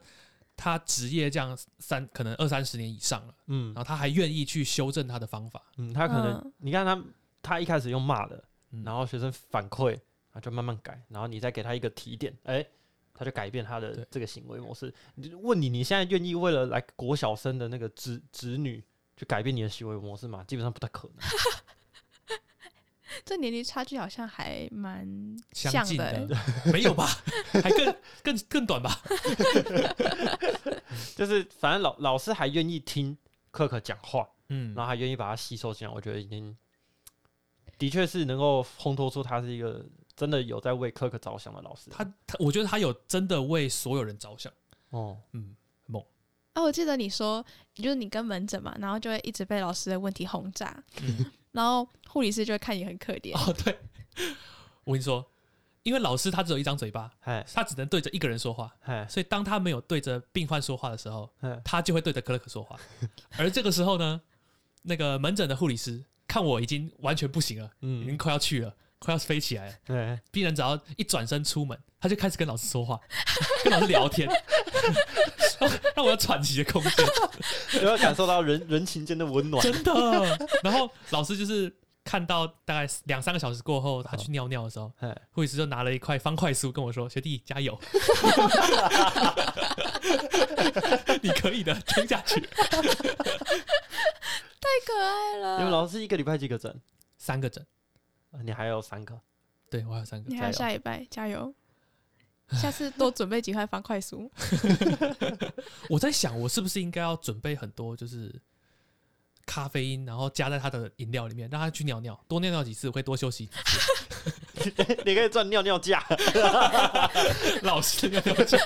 他职业这样三可能二三十年以上了，
嗯
然后他还愿意去修正他的方法，
嗯，他可能
嗯
你看他他一开始用骂的，
嗯
然后学生反馈，然后就慢慢改，然后你再给他一个提点，哎。他就改变他的
对
这个行为模式。你问你，你现在愿意为了来国小生的那个侄侄女去改变你的行为模式吗？基本上不
*laughs*
太可能。
这年龄差距好像还蛮
相近
的
的
欸，
没有吧？
*laughs*
还更更更短吧？
就是反正老老师还愿意听可可讲话，
嗯
然后还愿意把它吸收进来，我觉得已经的确是能够烘托出他是一个真的有在为可可着想的老师。
他他我觉得他有真的为所有人着想，
哦，
嗯，
啊，我记得你说，就是你跟门诊嘛，然后就会一直被老师的问题轰炸，
嗯
然后护理师就会看你很可怜。
哦对， *laughs* 我跟你说，因为老师他只有一张嘴巴，
嗨
他只能对着一个人说话，
嗨
所以当他没有对着病患说话的时候，
嗨，
他就会对着克勒克说话。而这个时候呢，那个门诊的护理师看我已经完全不行了，已经
嗯，
快要去了，快要飞起来了。
对，
病人只要一转身出门，他就开始跟老师说话， *laughs* 跟老师聊天， *laughs* 让我有喘息的空间，
有没有感受到人人情间的温暖？
*laughs* 真的。然后老师就是看到大概两三个小时过后，他去尿尿的时候，
哎，
护士就拿了一块方块酥跟我说：“学弟加油， *laughs* 你可以的，撑下去。 *laughs*
太可爱
你
了。
们老师一个礼拜几个诊？”
三个诊，
呃你还有三个， *laughs*
对我还有三个
你，还有下礼拜加油，下次多准备几块方块酥。
我在想我是不是应该要准备很多就是咖啡因，然后加在他的饮料里面，让他去尿尿，多尿尿几次会多休息几次。
你可以赚尿尿价。
老师尿尿讲，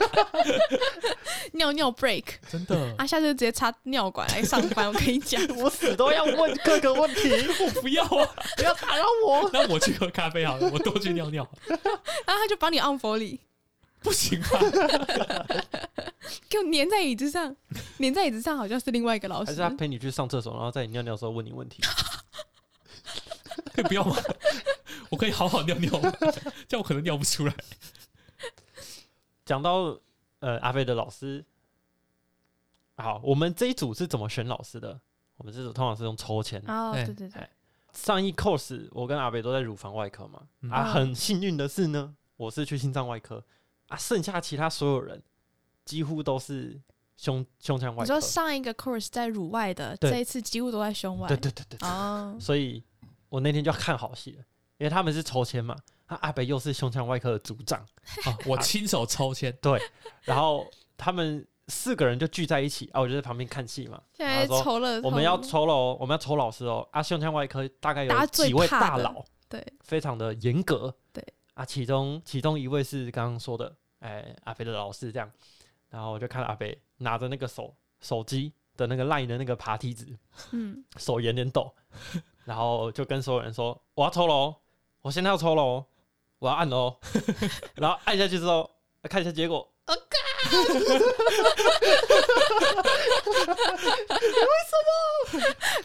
*laughs* 尿尿 break
真的，
啊，下次就直接插尿管来上班。我跟你讲，
我死都要问各个问题， *laughs*
我不要啊！
不要打扰我。
那我去喝咖啡好了，我多去尿尿，
然后他就把你按佛里，
不行啊吧？
给我粘在椅子上，粘在椅子上好像是另外一个老
还
师
是。他陪你去上厕所，然后在你尿尿的时候问你问题。
可以不要吗？我可以好好尿尿吗？这样我可能尿不出来。
讲到呃阿飞的老师，好，我们这一组是怎么选老师的？我们这组通常是用抽签。
哦，
哎
对对对，
上一 course 我跟阿北都在乳房外科嘛，
嗯
啊，
嗯
很幸运的是呢，我是去心脏外科，啊，剩下其他所有人几乎都是胸胸腔外
你说，
科
上一个 course 在乳外的，
对
这一次几乎都在胸外
对。对对对，对
哦，
所以我那天就要看好戏了，因为他们是抽签嘛，啊，阿北又是胸腔外科的组长，
啊，我亲手抽签，
然后他们四个人就聚在一起，啊，我就在旁边看戏嘛，
现
然后
在
说
抽了，
我们要抽了哦，我们要抽老师哦。啊，胸腔外科大概
大
有
家最
几位
怕
大
的
佬，
对，
非常的严格，
对。
啊，其中其中一位是刚刚说的，哎、阿飞的老师这样。然后我就看到阿飞拿着那个手手机的那个 LINE 的那个爬梯子，
嗯，
手有点抖，然后就跟所有人说：“我要抽喽，我现在要抽喽，我要按
*laughs*
喽。”然后按下去之后，看一下结果，我、靠！
*laughs*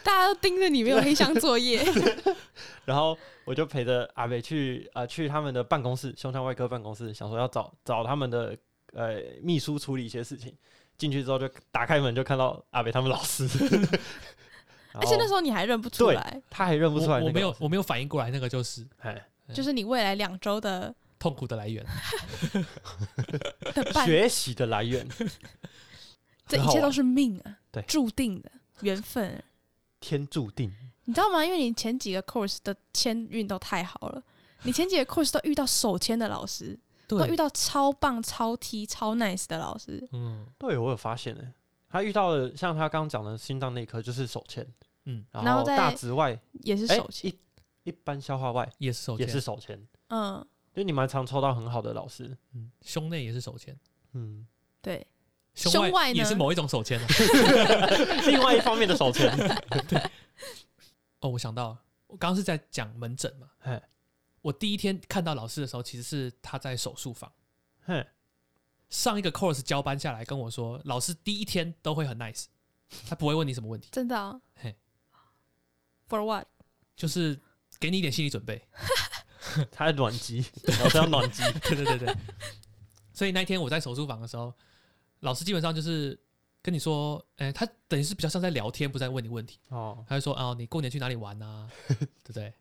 大家都盯着你没有黑箱作
*laughs*
业。
然后我就陪着阿北去啊、呃去他们的办公室，胸腔外科办公室，想说要找找他们的呃秘书处理一些事情。进去之后就打开门就看到阿北他们老师， *laughs* 而
而且那时候你还认不出
对
来，
他还认不出
我
来
我
那个
没
老
有
师，
我没有反应过来，那个就是
哎，
就是你未来两周
*laughs*
的
痛苦的来源。
的伴，
学习的来源，
*laughs* 这
很
一
好
切都
玩
是命啊，
对
注定的缘分。啊
天注定，
你知道吗？因为你前几个 course 的签运都太好了，你前几个 course 都遇到手签的老师，都遇
对，
到超棒、超 T、超 nice 的老师，
嗯，
对我有发现呢、他遇到了像他刚刚讲的心脏内科就是手牵，
嗯，
然
然
后
后
再
大直外，
也是
哎、
手签。
一一般消化外
也是手
也
签，
是手牵，
嗯，
就你蛮常抽到很好的老师，
嗯，胸内也是手签，
嗯，
对，
外
胸外呢
也是某一种手签啊。 *laughs*
另外一方面的手牵， *laughs*
哦，我想到了，我刚刚是在讲门诊嘛
嘿。
我第一天看到老师的时候，其实是他在手术房。
哼，
上一个 course 交班下来跟我说，老师第一天都会很 nice，他不会问你什么问题， *laughs*
真的、啊
嘿。
For what？
就是给你一点心理准备。
他在暖机，老师哦要暖 *laughs* 机，
对对对对。所以那一天我在手术房的时候，老师基本上就是跟你说，哎、他等于是比较像在聊天，不是在问你问题。
哦，
他就说啊，你过年去哪里玩啊？对不对？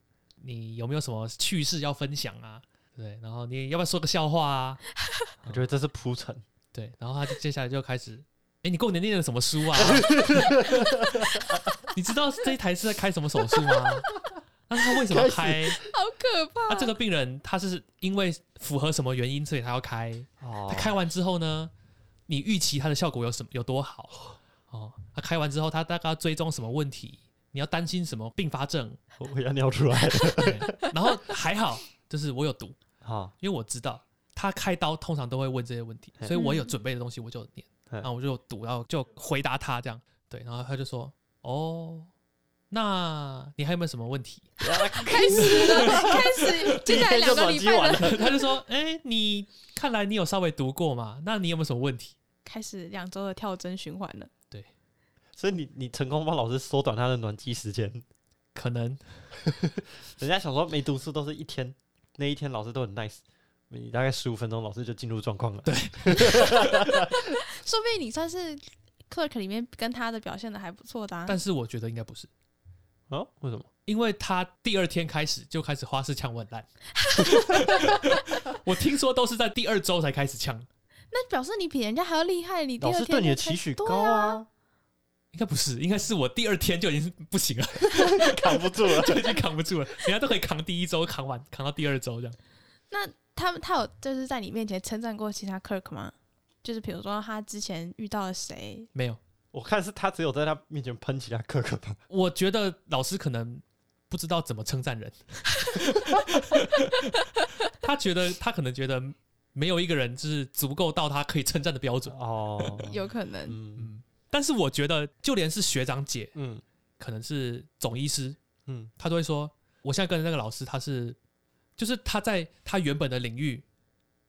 你有没有什么趣事要分享啊？对不对？然后你要不要说个笑话啊？
我觉得这是铺陈，
对，然后他就接下来就开始，哎，你过年念了什么书啊？你知道这一台是在开什么手术吗？那他为什么开？
好可怕！
那、这个病人他是因为符合什么原因，所以他要开？
哦
他开完之后呢，你预期他的效果有什么有多好？哦，他开完之后，他大概要追踪什么问题？你要担心什么并发症？
我我要尿出 *laughs* 来了，
对 *laughs* 然后还好，就是我有读，
好，
因为我知道他开刀通常都会问这些问题，
嗯
所以我有准备的东西我就念，
嗯
然后我就有读，然后就回答他这样。对，然后他就说：“哦，那你还有没有什么问
*laughs*
题
*laughs* 开始了， *laughs* 开始接下来两个礼拜
完
的
了，？”
他就说：“哎、你看来你有稍微读过嘛？那你有没有什么问题
开始两周的跳针循环了。
所以你你成功帮老师缩短他的暖机时间，？”
可能
人家想说没读书都是一天，那一天老师都很 nice，你大概十五分钟老师就进入状况了，对，
说不定你算是 clerk 里面跟他的表现的还不错的、啊。
但是我觉得应该不是，
哦，为什么？
因为他第二天开始就开始花式呛我
*laughs*
很烂。我听说都是在第二周才开始呛，
那表示你比人家还要厉害，你第
老
二
师
天
对你的
就开
期许
对
高
啊。
啊，
应该不是，应该是我第二天就已经是不行了。
扛不住了，
就已经扛不住了，人家都可以扛第一周，扛完扛到第二周这样。
他们他有就是在你面前称赞过其他 clerk 吗？就是比如说他之前遇到了谁，
没有，
*laughs* 我看是他只有在他面前喷其他课课吧，
我觉得老师可能不知道怎么称赞人， *laughs* 他觉得他可能觉得没有一个人就是足够到他可以称赞的标准。
哦，
有可能、
嗯
嗯，但是我觉得就连是学长姐，
嗯
可能是总医师，
嗯
他都会说，我现在跟的那个老师他是，就是他在他原本的领域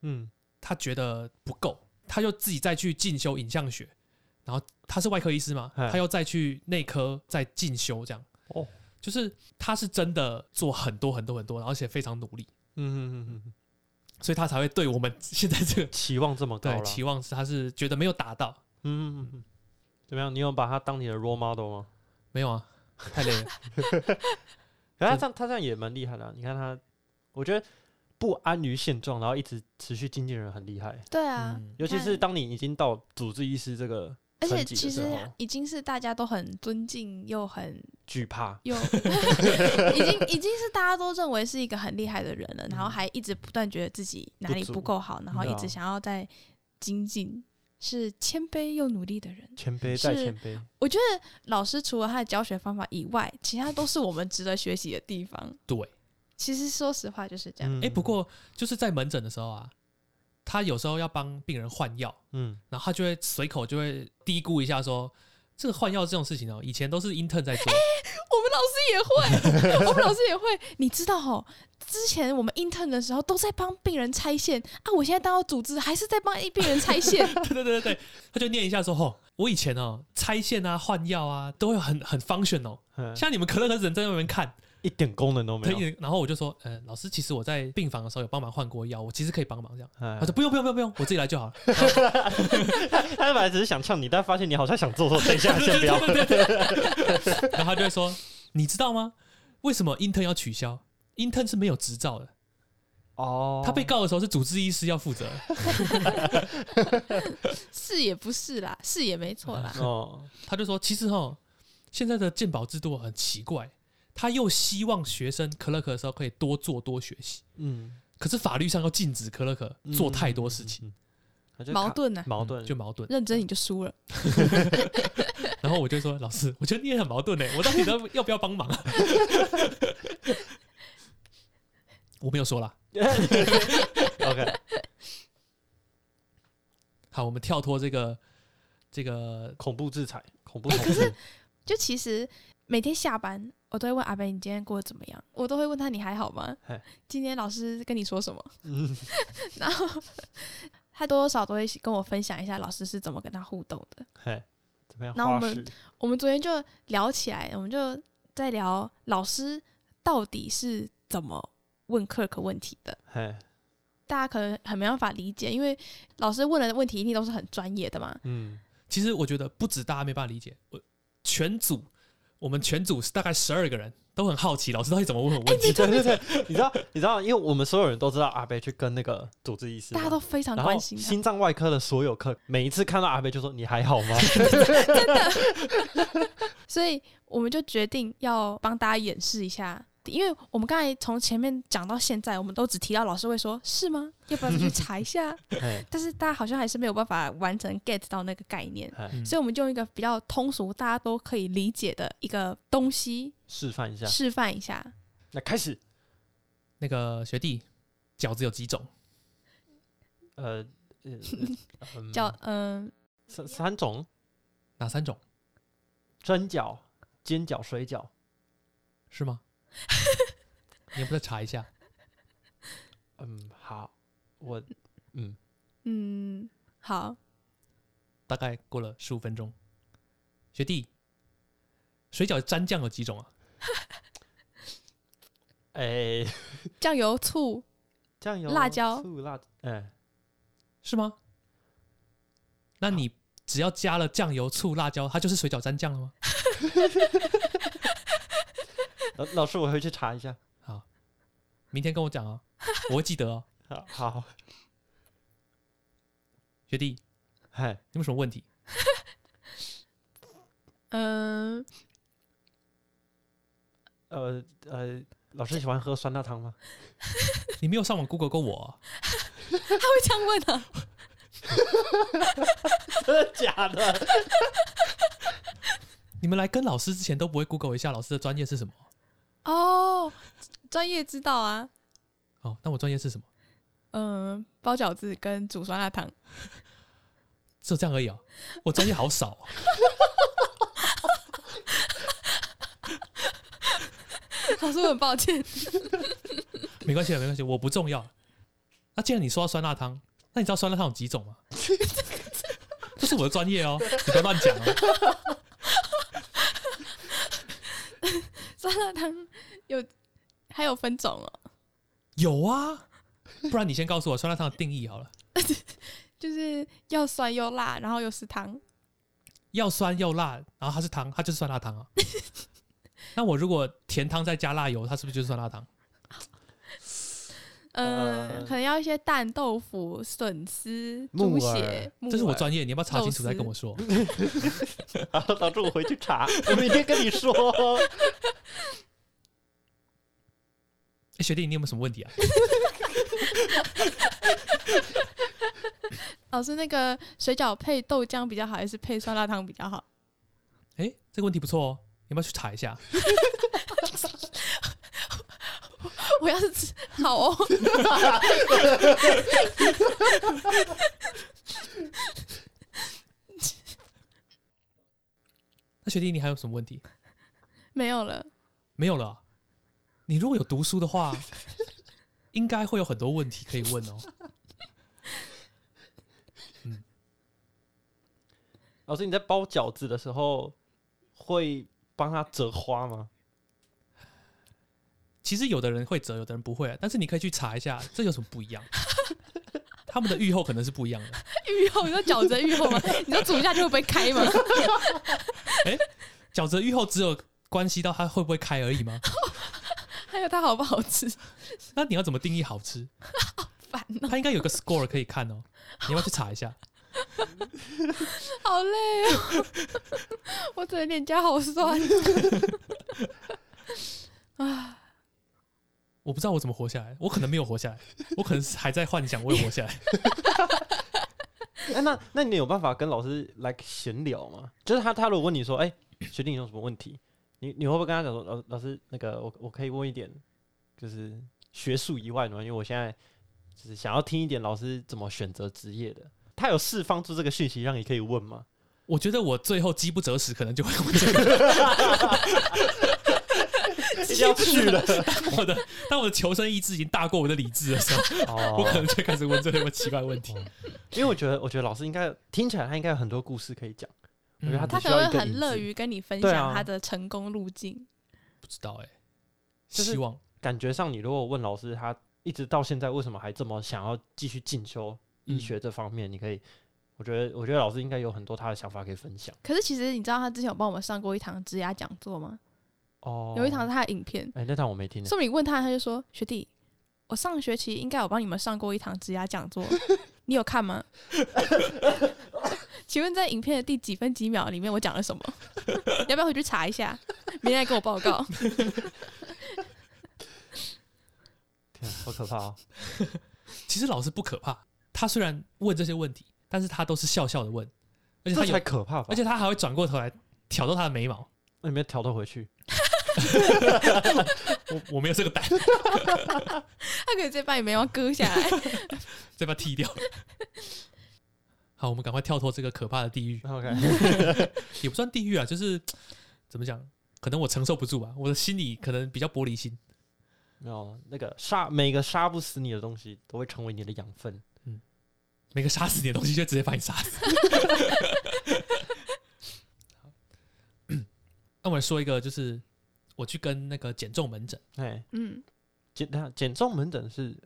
嗯，
他觉得不够，他就自己再去进修影像学，然后他是外科医师嘛，
嗯
他又再去内科再进修这样。
哦，
就是他是真的做很多很多很多，而且非常努力，
嗯嗯嗯，
所以他才会对我们现在这个
期望这么高
对
了，
期望是他是觉得没有达到，
嗯嗯嗯，怎么样？你有把他当你的 role model 吗？
没有啊，太累了。
可是他这样，他这样也蛮厉害的啊、你看他，我觉得不安于现状，然后一直持续精进的人很厉害。
对啊，
嗯，
尤其
看
是当你已经到主治医师这个
而且
层级
其
的时
实
候，
已经是大家都很尊敬又
*laughs*
很
惧怕。
又已经已经是大家都认为是一个很厉害的人了，然后还一直不断觉得自己哪里
嗯不足嗯
不够好，然后一直想要在精进，是谦卑又努力的人。
谦卑再
是
谦卑，
我觉得老师除了他的教学方法以外，其他都是我们值得学习的地方。
对。
其实说实话就是这样。
嗯
哎、不，过就是在门诊的时候啊，他有时候要帮病人换药，
嗯，
然后他就会随口就会低估一下说。这个换药这种事情哦，以前都是 intern 在做，
我们老师也会， *laughs* 我们老师也会。你知道哦，之前我们 intern 的时候都在帮病人拆线啊，我现在当到主治还是在帮病人拆线，
*laughs* 对对对对对，他就念一下说：“哦，我以前哦拆线啊、换药啊，都会很很 function 哦，
嗯
像你们可乐和人在那边看，
一点功能都没
可
有。
以。然后我就说，呃，老师，其实我在病房的时候有帮忙换过药，我其实可以帮忙这样。
他
他说不用不用不用不用，我自己来就好
*laughs*
了。
他本来只是想呛你，但发现你好像想做
*laughs*
错，等一下哦先不要。
然后他就会说，你知道吗？为什么 intern 要取消？intern 是没有执照的，
哦
他被告的时候是主治医师要负责。
是也不是啦，是也没错啦。
哦，
他就说，其实哈，现在的鉴保制度很奇怪，他又希望学生可乐可的时候可以多做多学习，
嗯，
可是法律上又禁止可乐可做太多事情，
嗯，嗯嗯嗯他就
矛
卡
盾呢、
矛盾
嗯就矛盾。
认真你就输了。
然后我就说，老 *laughs* 师，我觉得你也很矛盾呢，欸我到底要要不要帮忙 *laughs* 啊？我没有说啦。
OK
好，我们跳脱这个这个，
恐怖制裁，恐怖统治。
就其实每天下班，我都会问阿北你今天过得怎么样，我都会问他你还好吗
嘿？
今天老师跟你说什么？ *laughs*
嗯
然后他多多少少都会跟我分享一下老师是怎么跟他互动的。
嘿，怎么样
然后
花
我们
式？
我们昨天就聊起来，我们就在聊老师到底是怎么问 clerk 问题的。
嘿，
大家可能很没办法理解，因为老师问的问题一定都是很专业的嘛。
嗯，
其实我觉得不止大家没办法理解，我全组我们全组是大概十二个人都很好奇老师到底怎么问我
哎
问题。
*laughs* 对对对，你知道你知道，因为我们所有人都知道阿贝去跟那个主治医师嘛，
大家都非常
然后
关心他，啊
心脏外科的所有课，每一次看到阿贝就说你还好吗？
所以我们就决定要帮大家演示一下。因为我们刚才从前面讲到现在，我们都只提到老师会说“是吗？要不要再去查一下 *laughs*
嘿”，
但是大家好像还是没有办法完整 get 到那个概念，
嘿
嗯
所以我们就用一个比较通俗、大家都可以理解的一个东西
示范一下，
示范一下。
那开始，
那个学弟，饺子有几种？
呃，呃嗯
叫嗯、
三三种
哪三种？
蒸饺、煎饺、水饺，
是吗？ *laughs* 你要不再查一下？
嗯，好，我嗯，
嗯，好，
大概过了十五分钟，学弟，水饺蘸酱有几种啊？
哎、
酱油、醋、
酱油、
辣椒
醋、辣，哎、
是吗？那你只要加了酱油、醋、辣椒，它就是水饺蘸酱了吗？
老老师，我回去查一下。
明天跟我讲啊，我会记得哦。
好，好，
学弟，你
嘿，
有没有什么问题？
嗯、
呃呃，老师喜欢喝酸辣汤吗？ *laughs*
你没有上网 Google 过我啊、
他 *laughs* 会这样问啊？
真的假的？
你们来跟老师之前都不会 Google 一下老师的专业是什么？
哦，专业知道啊，
哦，那我专业是什么？
嗯、包饺子跟煮酸辣汤。 *laughs*
就这样而已啊！我专业好少、啊，
老师，我很抱歉。
没关系的，没关系，我不重要。那既然你说到酸辣汤，那你知道酸辣汤有几种吗？这是我的专业哦，你不要乱讲哦。
酸辣汤有还有分种哦，
有啊，不然你先告诉我酸辣汤的定义好了，
就是又酸又辣，然后又是汤。
要酸又辣，然后它是汤，它就是酸辣汤啊。那我如果甜汤再加辣油，它是不是就是酸辣汤？
嗯、
呃
可能要一些蛋、豆腐、笋丝、
木
猪
耳
血。木
这是我
耳
专业，你要不要查清楚再跟我说？
好，老师，我回去查， *laughs* 我明天跟你说哦。
诶哎学弟，你有没有什么问题啊？
老师那个水饺配豆浆比较好，还是配酸辣汤比较好？ *laughs*
哎、这个问题不错哦，你要不要去查一下？
我要是吃好哦，
*laughs*
那学弟，你还有什么问题？
没有了。
没有了啊、你如果有读书的话，应该会有很多问题可以问哦。
*laughs* 老师，你在包饺子的时候会帮他折花吗？
其实有的人会折，有的人不会，但是你可以去查一下， *laughs* 这有什么不一样？他们的愈后可能是不一样的。
玉后，你说饺子的玉后
*laughs*
吗？你说煮一下就会不会开吗？
饺子的愈后只有关系到它会不会开而已吗？ *laughs*
还有它好不好吃？
那你要怎么定义好吃？
烦哦、
它应该有个 score 可以看哦。你要不要去查一下？
好累哦，
*laughs*
我整个脸颊好酸。啊，
我不知道我怎么活下来，我可能没有活下来，我可能是还在幻想我有活下来。
哎，那那你有办法跟老师来闲聊吗？就是他他如果问你说，哎、学弟你有什么问题？你你会不会跟他讲说，老老师那个我我可以问一点，就是学术以外的吗？因为我现在就是想要听一点老师怎么选择职业的。他有释放出这个讯息让你可以问吗？ *laughs*
我觉得我最后饥不择食，可能就会问这个
一定要去了
我的当我的求生意志已经大过我的理智的时候，我可
哦，
能就开始问这些奇怪问题。
因为我觉得我觉得老师应该听起来他应该有很多故事可以讲。我觉得他
嗯
他
只需
可
要
能会
一个
很
影
乐
子
于跟你分
对
享
啊
他的成功路径。
不知道哎、
就是
希望
感觉上，你如果问老师，他一直到现在为什么还这么想要继续进修医
嗯
学这方面，你可以，我觉得，我觉得老师应该有很多他的想法可以分享。
可是其实你知道他之前有帮我们上过一堂职涯讲座吗？
哦，
有一堂是他的影片，
哎、那堂我没听呢，
说明问他，他就说：“学弟，我上学期应该有帮你们上过一堂职涯讲
*laughs*
座，你有看吗？” *laughs* 请问在影片的第几分几秒里面我讲了什么？你要不要回去查一下？明天来跟我报告。 *laughs*
天啊，好可怕哦！
其实老师不可怕，他虽然问这些问题，但是他都是笑笑的问，而且
这
他有
才，可怕吧？
而且他还会转过头来挑逗他的眉毛。
那你们调得回 *laughs* 去，
我我没有这个胆，
他可以直接把你眉毛割下来。
*laughs*
再把它剃掉。 *laughs* 好，我们赶快跳脱这个可怕的地狱，
很好看。
也不算地狱啊，就是怎么讲，可能我承受不住吧，我的心里可能比较玻璃心。
*laughs* 没有那个杀，每个杀不死你的东西都会成为你的养分。
每个杀死你的东西就直接把你杀死。 *laughs* 那我们说一个，就是我去跟那个减重门诊，
哎，
嗯，
减等一下减重门诊是，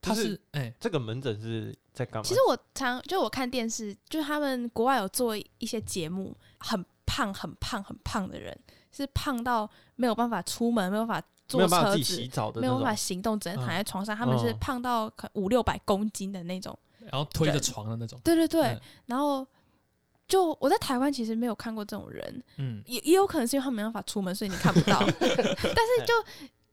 他
就是
哎、
这个门诊是在干嘛？
其实我常就我看电视，就是他们国外有做一些节目，很胖、很胖、很胖的人，是胖到没有办法出门，没有办法
没
坐
有办法
车
自己
子
洗，澡的
没
那
有办法
种，
行动，只能躺
嗯
在床上。他们是
嗯
胖到可五六百公斤的那种。
然后推着床的那种，
对对对，
嗯
然后就我在台湾其实没有看过这种人，
嗯，
也也有可能是因为他们没办法出门，所以你看不
*laughs*
到。但是就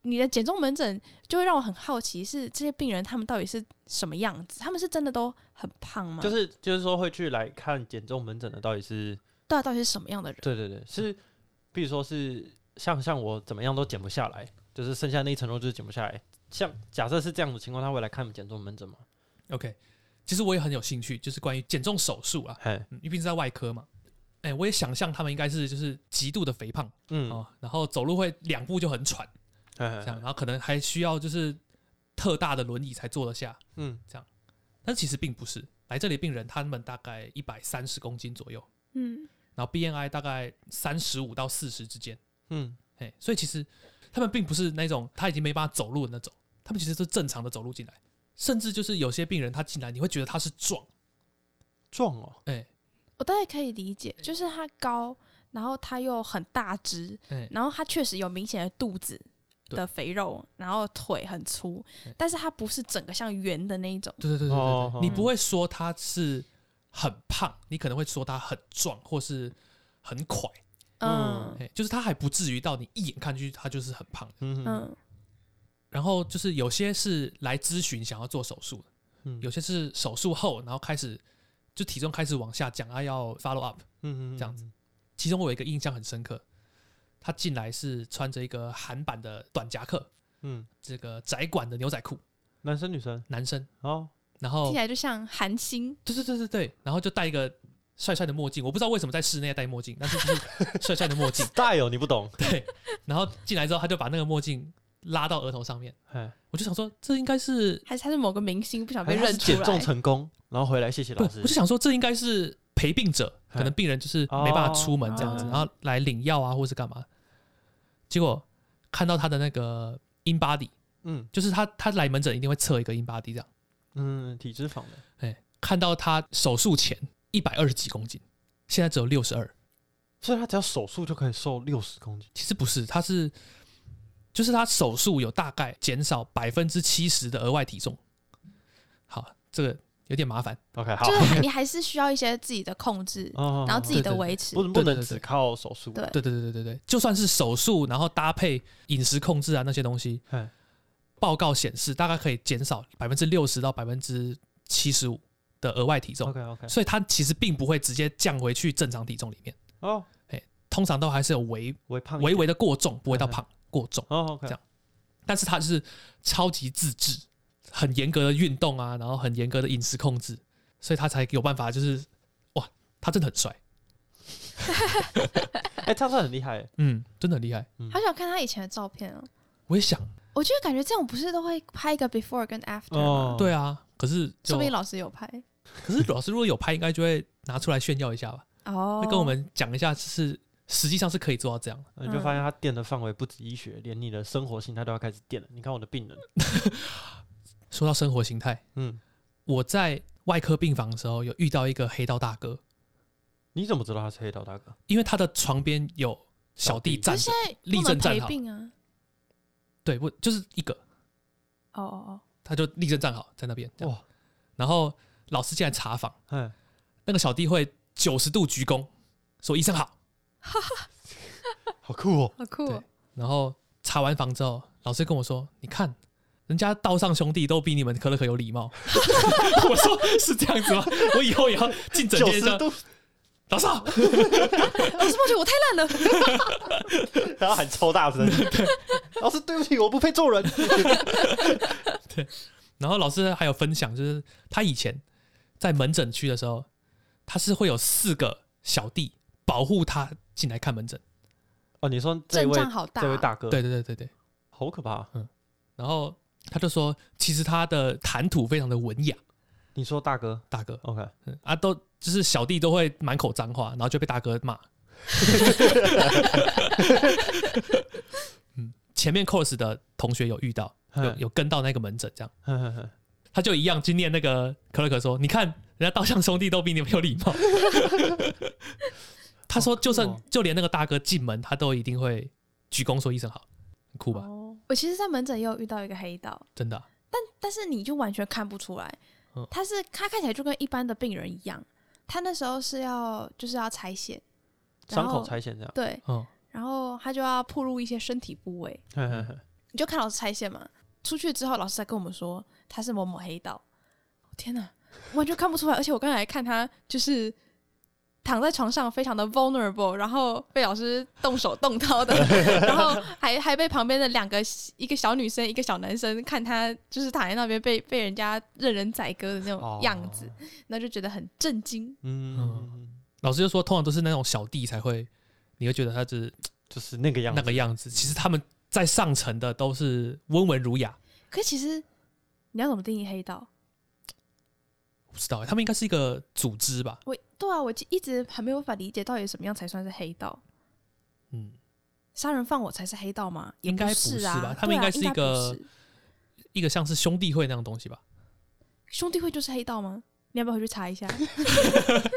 你的减重门诊就会让我很好奇，是这些病人他们到底是什么样子？他们是真的都很胖吗？
就是就是说会去来看减重门诊的到底是
到底到底是什么样的人？
对对对，是，比如说是像像我怎么样都减不下来，就是剩下那一层肉就是减不下来。像假设是这样的情况，他会来看减重门诊吗？
OK，其实我也很有兴趣，就是关于减重手术啊，
嘿，
嗯因为毕竟在外科嘛。哎、我也想象他们应该是就是极度的肥胖
嗯，
哦，然后走路会两步就很喘，
嘿嘿
这
嘿
样，然后可能还需要就是特大的轮椅才坐得下，
嗯，
但其实并不是。来这里的病人他们大概一百三十公斤左右，
嗯，
然后 BMI 大概三十五到四十之间，
嗯，
哎，所以其实他们并不是那种他已经没办法走路的那种，他们其实是正常的走路进来，甚至就是有些病人他进来你会觉得他是壮，
壮哦，
哎
我大概可以理解，就是他高，然后他又很大只，
哎，
然后他确实有明显的肚子
对
的肥肉，然后腿很粗
对，
但是他不是整个像圆的那一种。
对对对对对
哦
对，你
哦
不会说他是很胖，你可能会说他很壮或是很快，
嗯
哎，就是他还不至于到你一眼看去他就是很胖。
嗯嗯
嗯
然后就是有些是来咨询想要做手术的，
嗯
有些是手术后然后开始就体重开始往下降啊，要 follow up。
嗯
这样子，其中我有一个印象很深刻，他进来是穿着一个韩版的短夹克，
嗯，
这个窄管的牛仔裤，
男生女生
男生，
哦，
然
听
后
起来就像韩星，
对对对对对，然后就戴一个帅帅的墨镜，我不知道为什么在室内戴墨镜，但是就是 *laughs* 帅帅的墨镜，
大有你不懂，
对，然后进来之后他就把那个墨镜拉到额头上面，
嘿，
我就想说这应该是
还是他是某个明星不想被
哎还是他
认
是
出
减重
来？
成功，然后回来谢谢
不
老，师
我就，想说这应该是陪病者，可能病人就是没办法出门这样子，
哦
然后来领药啊或是干嘛，结果看到他的那个 in body。
嗯
就是他他来门诊一定会测一个 in body 这样，
嗯，体脂肪的，
哎，看到他手术前一百二十几公斤，现在只有六十二，
所以他只要手术就可以瘦六十公斤，
其实不是，他是就是他手术有大概减少百分之七十的额外体重，好，这个有点麻烦，
，OK，好哦
就，是你还是需要一些自己的控制，
然
然后自己的
对对
维持
不。不
对对
能
对
只
对
靠手术，
对
对对对对对对，就算是手术，然后搭配饮食控制啊那些东西
嗯，
报告显示大概可以减少百分之六十到百分之七十五的额外体重。
，OK OK，
所以它其实并不会直接降回去正常体重里面，
哦，
通常都还是有微
微胖一
微
点，嗯
微的过重，不会到胖过重。
哦，OK，
这样但是它是超级自制，很严格的运动啊，然后很严格的饮食控制，所以他才有办法就是哇，他真的很帅，
哎，他是很厉害，
嗯，真的很厉害。
好想看他以前的照片哦。
我也想，
我觉得感觉这种不是都会拍一个 before 跟 after 吗？
哦
对啊，可是
说
就
不定老师有拍。
可是老师如果有拍，应该就会拿出来炫耀一下吧。
哦，
会跟我们讲一下是实际上是可以做到这样。
你就发现他电的范围不止医学，连你的生活形态都要开始电了。你看我的病人，
说到生活形态，
嗯，
我在外科病房的时候有遇到一个黑道大哥，
你怎么知道他是黑道大哥？
因为他的床边有小弟
可
站
哦是
着
现，在
立
不
正
能
站
陪
好
病啊。
对，不就是一个，
哦哦
他就立正站好在那边，这样
哇，
然后老师进来查访，
哎，
那个小弟会九十度鞠躬，说医生好，
*laughs* 好酷
哦，
哦！
好酷
对
哦！
然后查完房之后，老师跟我说：“你看，人家道上兄弟都比你们可乐可有礼貌。” *laughs* 我说：“是这样子吗？我以后也要进诊
九
间
十
上，
度，
老师好，
老师，抱歉，我太烂了。
然后喊超大 *laughs* 声，老师对不起，我不配做人。 *laughs*
然后老师还有分享，就是他以前在门诊区的时候，他是会有四个小弟保护他进来看门诊。
哦，你说这
阵
位
仗好大，
这位大哥，
对对对对对。
好可怕。啊
然后他就说，其实他的谈吐非常的文雅，
你说大哥
大哥
，OK，
嗯啊，都就是小弟都会满口脏话，然后就被大哥骂。嗯，前面 course 的同学有遇到，有
嗯
有跟到那个门诊，这样
哼哼哼
他就一样去念那个可乐可说：“你看人家道上兄弟都比你们有礼貌。”他说：“就算、
好酷哦
就连那个大哥进门，他都一定会鞠躬说医生好，很酷吧？
哦，我其实，在门诊也有遇到一个黑道，
真的啊、
但是你就完全看不出来
嗯，
他是他看起来就跟一般的病人一样。他那时候是要就是要拆线，然
伤
后
口拆线这样
对，
嗯，
然后他就要暴露一些身体部位。
哼哼哼，
你就看老师拆线嘛，出去之后老师才跟我们说他是某某黑道。天哪，完全看不出来，而且我刚才看他就是躺在床上非常的 vulnerable，然后被老师动手动刀的，然后还还被旁边的两个一个小女生一个小男生看他就是躺在那边被被人家任人宰割的那种样子，那就觉得很震惊。
嗯，
老师就说，通常都是那种小弟才会，你会觉得他只是
就是那个样
那
子，
个样子。其实他们在上层的都是温文儒雅，
可其实你要怎么定义黑道？
不知道欸他们应该是一个组织吧？
我对啊，我一直还没有办法理解到底什么样才算是黑道。
嗯，
杀人放火才是黑道吗？也
应该
不
不是
啊，
吧他
对啊
们应该是一个
应该不是
一个像是兄弟会那种东西吧？
兄弟会就是黑道吗？你要不要回去查一下？ *laughs*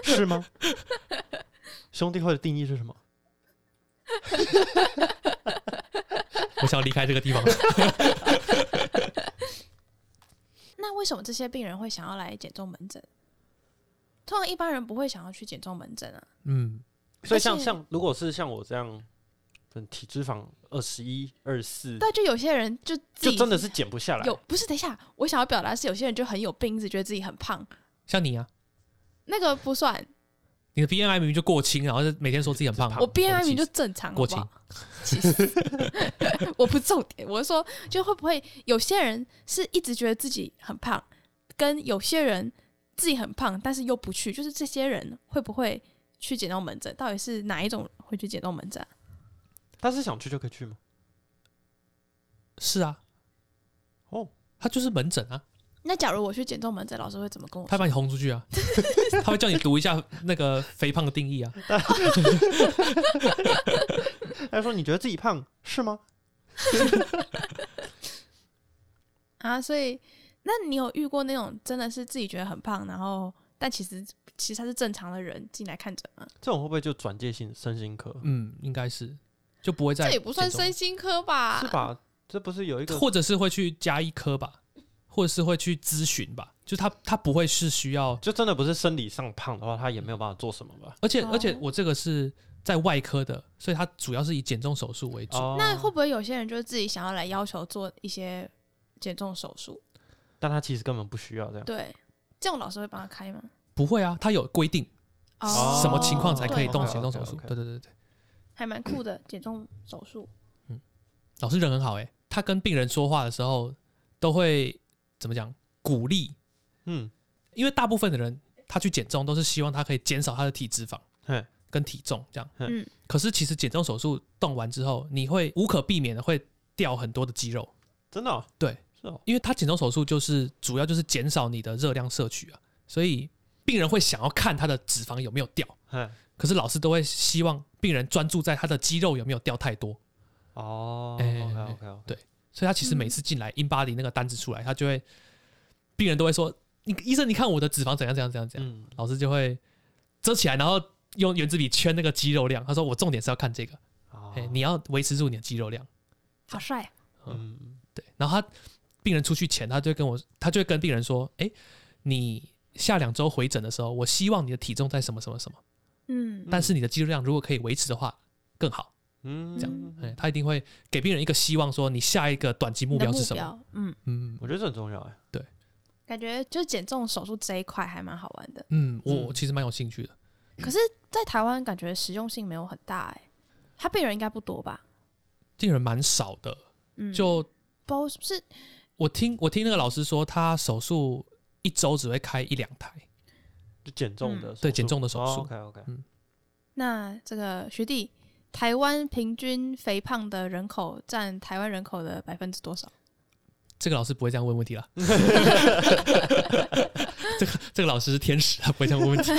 是吗？ *laughs* 兄弟会的定义是什么？
我想要离开这个地
*laughs*
方。
那为什么这些病人会想要来减重门诊？通常一般人不会想要去减重门诊啊。
嗯，
所以像
而且
像如果是像我这样，可能体脂肪二十一、二十四，
对，就有些人就自
就
己
真的是减不下来。
有不是？等一下，我想要表达的是有些人就很有病，一直觉得自己很胖，
像你啊，
那个不算。
你的 BMI 明明就过轻，然后就每天说自己很胖，
胖
我 BMI
气
明就
死
正常，
过
好不好？其实我不重点，我是说，就会不会有些人是一直觉得自己很胖，跟有些人自己很胖，但是又不去，就是这些人会不会去减重门诊？到底是哪一种会去减重门诊啊？
但是想去就可以
*laughs*
去吗？ *laughs*
是啊，
哦，
他就是门诊啊，
那假如我去减重门诊，老师会怎么
哦
跟我
他
说？
把你轰出去
*laughs*
啊，他会叫你读一下那个肥胖的定义啊。
嗯他说你觉得自己胖是吗？
啊，所以，那你有遇过那种真的是自己觉得很胖，然后但其实其实他是正常的人进来看诊吗？
这种会不会就转介性身心科？
嗯，应该是就不会再
这也不算
减
身心科吧？
是吧？这不是有一
重，
个
或者是会去加一科吧，或者是会去咨询吧，就他他不会是需要，
就真的不是生理上胖的话，他也没有办法做什么吧？
而且、
哦
而且我这个是在外科的，所以他主要是以减重手术为主。
哦，
那会不会有些人就是自己想要来要求做一些减重手术？
但他其实根本不需要
啊
这样。
对，这种老师会帮他开吗？
不会啊，他有规定
哦
什么情况才可以
对
动
哦
减重手术。对
OK，OK，OK
对对对，
还蛮酷的减重手术。
老师人很好哎、他跟病人说话的时候都会怎么讲鼓励，
嗯，
因为大部分的人他去减重都是希望他可以减少他的体脂肪
嘿，
跟体重这样。
嗯
嗯，
可是其实减重手术动完之后，你会无可避免的会掉很多的肌肉，
真的哦、
对，
是哦，
因为它减重手术就是主要就是减少你的热量摄取啊，所以病人会想要看他的脂肪有没有掉，
嘿，
可是老师都会希望病人专注在他的肌肉有没有掉太多，
哦
哎
，OK OK OK，
所以他其实每次进来 in body 那个单子出来，他就会病人都会说：“你医生，你看我的脂肪怎样怎样怎样怎样。
嗯，
老师就会遮起来，然后用圆珠笔圈那个肌肉量。他说：“我重点是要看这个，
哦
哎、你要维持住你的肌肉量。
好帅，啊
嗯，”
对，然后他病人出去前，他就会跟我，他就会跟病人说：“哎、你下两周回诊的时候，我希望你的体重在什么什么什么，
嗯，
但是你的肌肉量如果可以维持的话更好。”
嗯，
这样
哎、他一定会给病人一个希望，说你下一个短期目
你的
标
目
是什么？
标，嗯，
嗯
我觉得这很重要哎，
感觉就是减重手术这一块还蛮好玩的，
嗯，我我
嗯
其实蛮有兴趣的。
可是，在台湾感觉实用性没有很大哎、他病人应该不多吧？
病人蛮少的，
嗯，
就
包是
我听我听那个老师说，他手术一周只会开一两台。
就减重
嗯
的手术，哦
对减重的手术
OK OK，
那这个学弟，台湾平均肥胖的人口占台湾人口的百分之多少？
这个老师不会这样问问题
*laughs*
啦。 *laughs* 这个这个老师是天使，他不会这样问问题。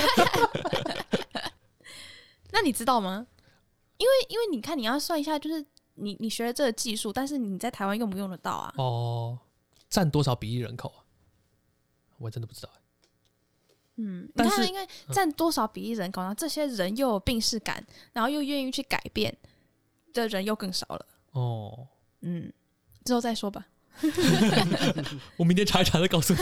那你知道吗？因为因为你看，你要算一下，就是你你学了这个技术，但是你在台湾用不用得到啊？
哦，占多少比例人口啊？我真的不知道欸。
嗯，你
但
看
是
应该占多少比例人口？然后这些人又有病视感，然后又愿意去改变的人又更少了。
哦，
嗯，之后再说吧。
我明天查一查再告诉你。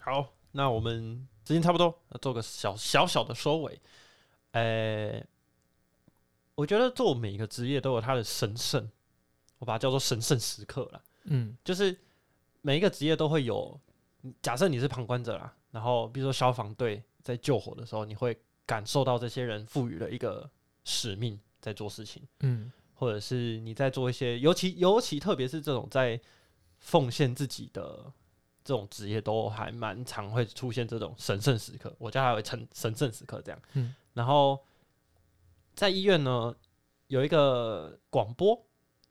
好，那我们时间差不多，要做个小小小的收尾。呃，我觉得做每一个职业都有它的神圣，我把它叫做神圣时刻啦。
*laughs* 嗯
就是每一个职业都会有，假设你是旁观者啦，然后比如说消防队在救火的时候，你会感受到这些人赋予了一个使命在做事情，
嗯
或者是你在做一些，尤其尤其特别是这种在奉献自己的这种职业，都还蛮常会出现这种神圣时刻，我叫它为神神圣时刻这样。
嗯
然后在医院呢，有一个广播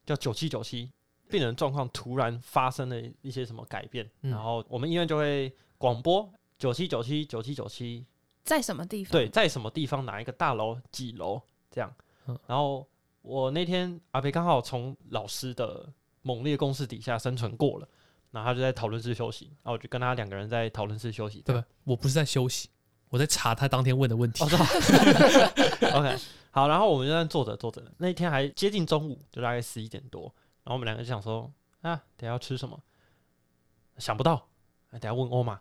叫九七九七，病人状况突然发生了一些什么改变，
嗯
然后我们医院就会广播九七九七九七九七，
在什么地方？
对，，在什么地方哪一个大楼几楼这样
嗯。
然后我那天阿培刚好从老师的猛烈攻势底下生存过了。然后他就在讨论室休息，然后我就跟他两个人在讨论室休息，
对吧？我不是在休息，我在查他当天问的问题
哦，。知道。OK，好， *laughs* 然后我们就在坐着坐着，那一天还接近中午，就大概十一点多，然后我们两个就想说啊，等一下要吃什么？想不到，啊等一下问欧玛。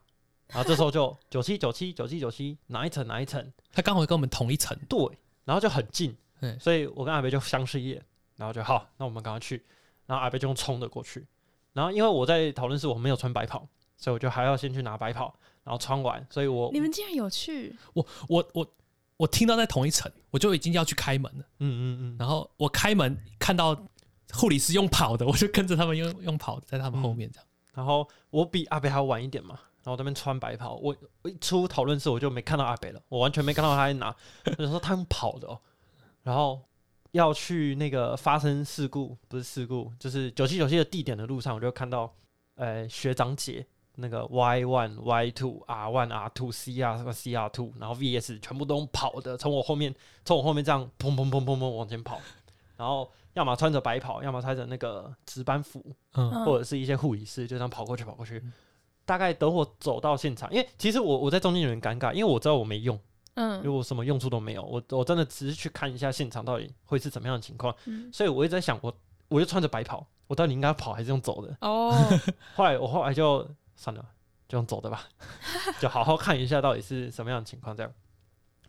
然后这时候就九七九七九七九七哪一层哪一层，
他刚好跟我们同一层。
对，然后就很近
对，
所以我跟阿北就相视一眼，然后就好，那我们赶快去，然后阿北就用冲的过去，然后因为我在讨论室我没有穿白袍，所以我就还要先去拿白袍，然后穿完，所以我
你们竟然有去？
我我我听到在同一层，我就已经要去开门了。
嗯嗯嗯，
然后我开门看到护理师用跑的，我就跟着他们用用跑的，在他们后面这样。
然后我比阿北还要晚一点嘛，然后我在那边穿白袍，我我一出讨论室我就没看到阿北了，我完全没看到他在拿，我就说他们跑的哦，然后要去那个发生事故不是事故，就是九七九七的地点的路上，我就看到呃学长姐那个 Y one Y two R one R two C R 什么 C R two，然后 VS 全部都用跑的，从我后面从我后面这样砰砰砰砰砰往前跑，然后要么穿着白袍，要么穿着那个值班服，
嗯
嗯
或者是一些护理师，就这样跑过去跑过去。大概等我走到现场，因为其实我我在中间有点尴尬，因为我知道我没用，因为
嗯
我什么用处都没有，我我真的只是去看一下现场到底会是怎么样的情况，
嗯，
所以我一直在想，我我就穿着白袍，我到底应该跑还是用走的？
哦，
后来我后来就算了，就用走的吧， *laughs* 就好好看一下到底是什么样的情况这样。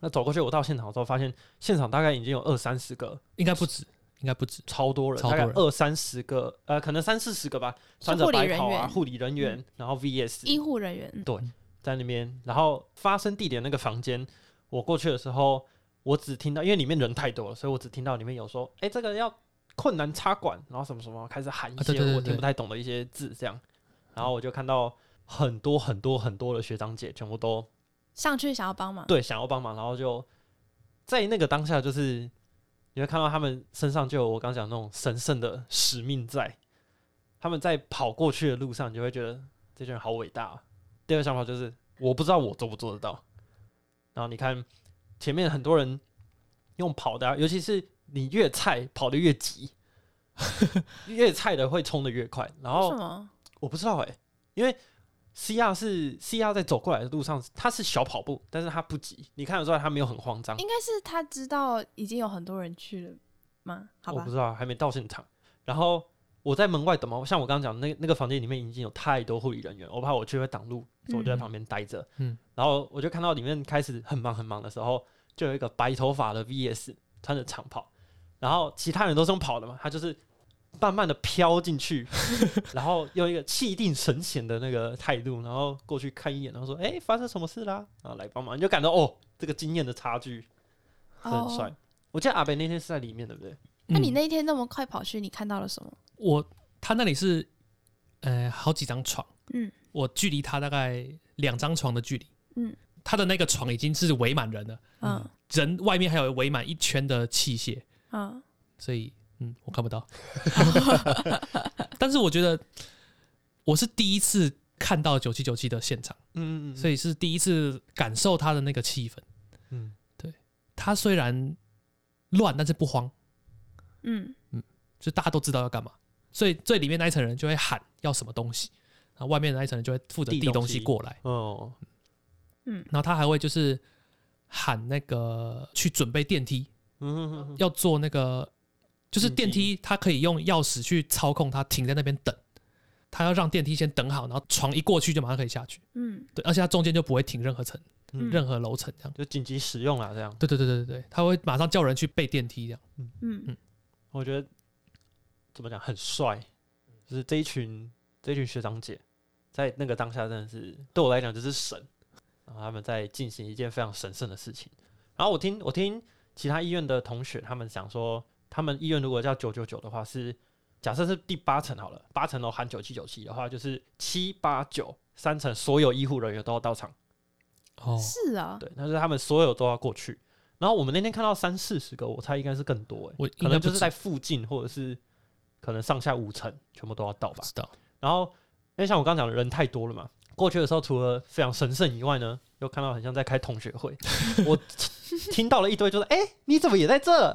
那走过去，我到现场之后，发现现场大概已经有二三十个，
应该不止，应该不止。
超多人，
超
大
多
概
人
二三十个，呃，可能三四十个吧，
是
*laughs* 穿着
护理
白
人
袍啊，
员
护理人
嗯
员，然后 VS
医护人员，嗯
在那边，然后发生地点那个房间，我过去的时候，我只听到，因为里面人太多了，所以我只听到里面有说，哎、这个要困难插管，然后什么什么，开始喊一
啊对
些
对对
我听
对
不太懂的一些字，这样，然后我就看到很多很多很多的学长姐，全部都
上去想要帮忙，
对想要帮忙，然后就在那个当下，就是你会看到他们身上就有我刚讲那种神圣的使命在，他们在跑过去的路上，你就会觉得这哦群人好伟大、啊。第二个想法就是，我不知道我做不做得到。然后你看，前面很多人用跑的、啊，尤其是你越菜跑得越急， *laughs* 越菜的会冲得越快。然
为
后
什么？
我不知道哎、因为 C R 是 C R 在走过来的路上，他是小跑步，但是他不急。你看得出来他没有很慌张。
应该是他知道已经有很多人去了吗？好
我
吧
不，知道，还没到现场。然后我在门外等嘛，像我刚刚讲，那那个房间里面已经有太多护理人员，我怕我去会挡路，所以我就在
嗯
旁边待着。
嗯
然后我就看到里面开始很忙很忙的时候，就有一个白头发的 VS 穿着长袍，然后其他人都是用跑的嘛，他就是慢慢的飘进去，然后用一个气定神闲的那个态度，然后过去看一眼，然后说：“哎、发生什么事啦？”然后来帮忙，你就感到哦，这个经验的差距很
哦
帅。我记得阿北那天是在里面，对不对？
那你
嗯
那一天那么快跑去，你看到了什么？
我他那里是呃好几张床，
嗯，
我距离他大概两张床的距离，
嗯，
他的那个床已经是围满人了，
嗯
人外面还有围满一圈的器械，
嗯，
所以嗯我看
*laughs*
不到，但是我觉得我是第一次看到九七九七的现场，
嗯嗯嗯，
所以是第一次感受他的那个气氛。
嗯，
他虽然乱，但是不慌，
嗯，
就大家都知道要干嘛，所以最里面那一层人就会喊要什么东西，然后外面的那一层人就会负责
递
递
东
东西
西
过来，
哦，
嗯
然后他还会就是喊那个去准备电梯，
嗯，
要做那个就是
紧急
电梯，他可以用钥匙去操控它停在那边等，他要让电梯先等好，然后床一过去就马上可以下去，
嗯，
对，而且它中间就不会停任何层、
嗯
任何楼层这样，
就紧急使用啦，这样。
对对对对对对，他会马上叫人去备电梯这样，
嗯，
我觉得怎么讲很帅，就是这一群这一群学长姐在那个当下真的是对我来讲就是神，然后他们在进行一件非常神圣的事情。然后我听我听其他医院的同学他们讲说，他们医院如果叫九九九的话是。假设是第八层好了，八层楼含九七九七的话，就是七八九三层所有医护人员都要到场。
哦
是啊， *laughs*
对，但是他们所有都要过去。然后我们那天看到三四十个，我猜应该是更多哎、
我
可
应该
能
不
就是
止
在附近或者是可能上下五层全部都要到
不
吧
知。道，
然后因为像我刚讲的人太多了嘛，过去的时候除了非常神圣以外呢，又看到很像在开同学
*laughs*
会，我听到了一堆就是哎、你怎么也在这？ *laughs*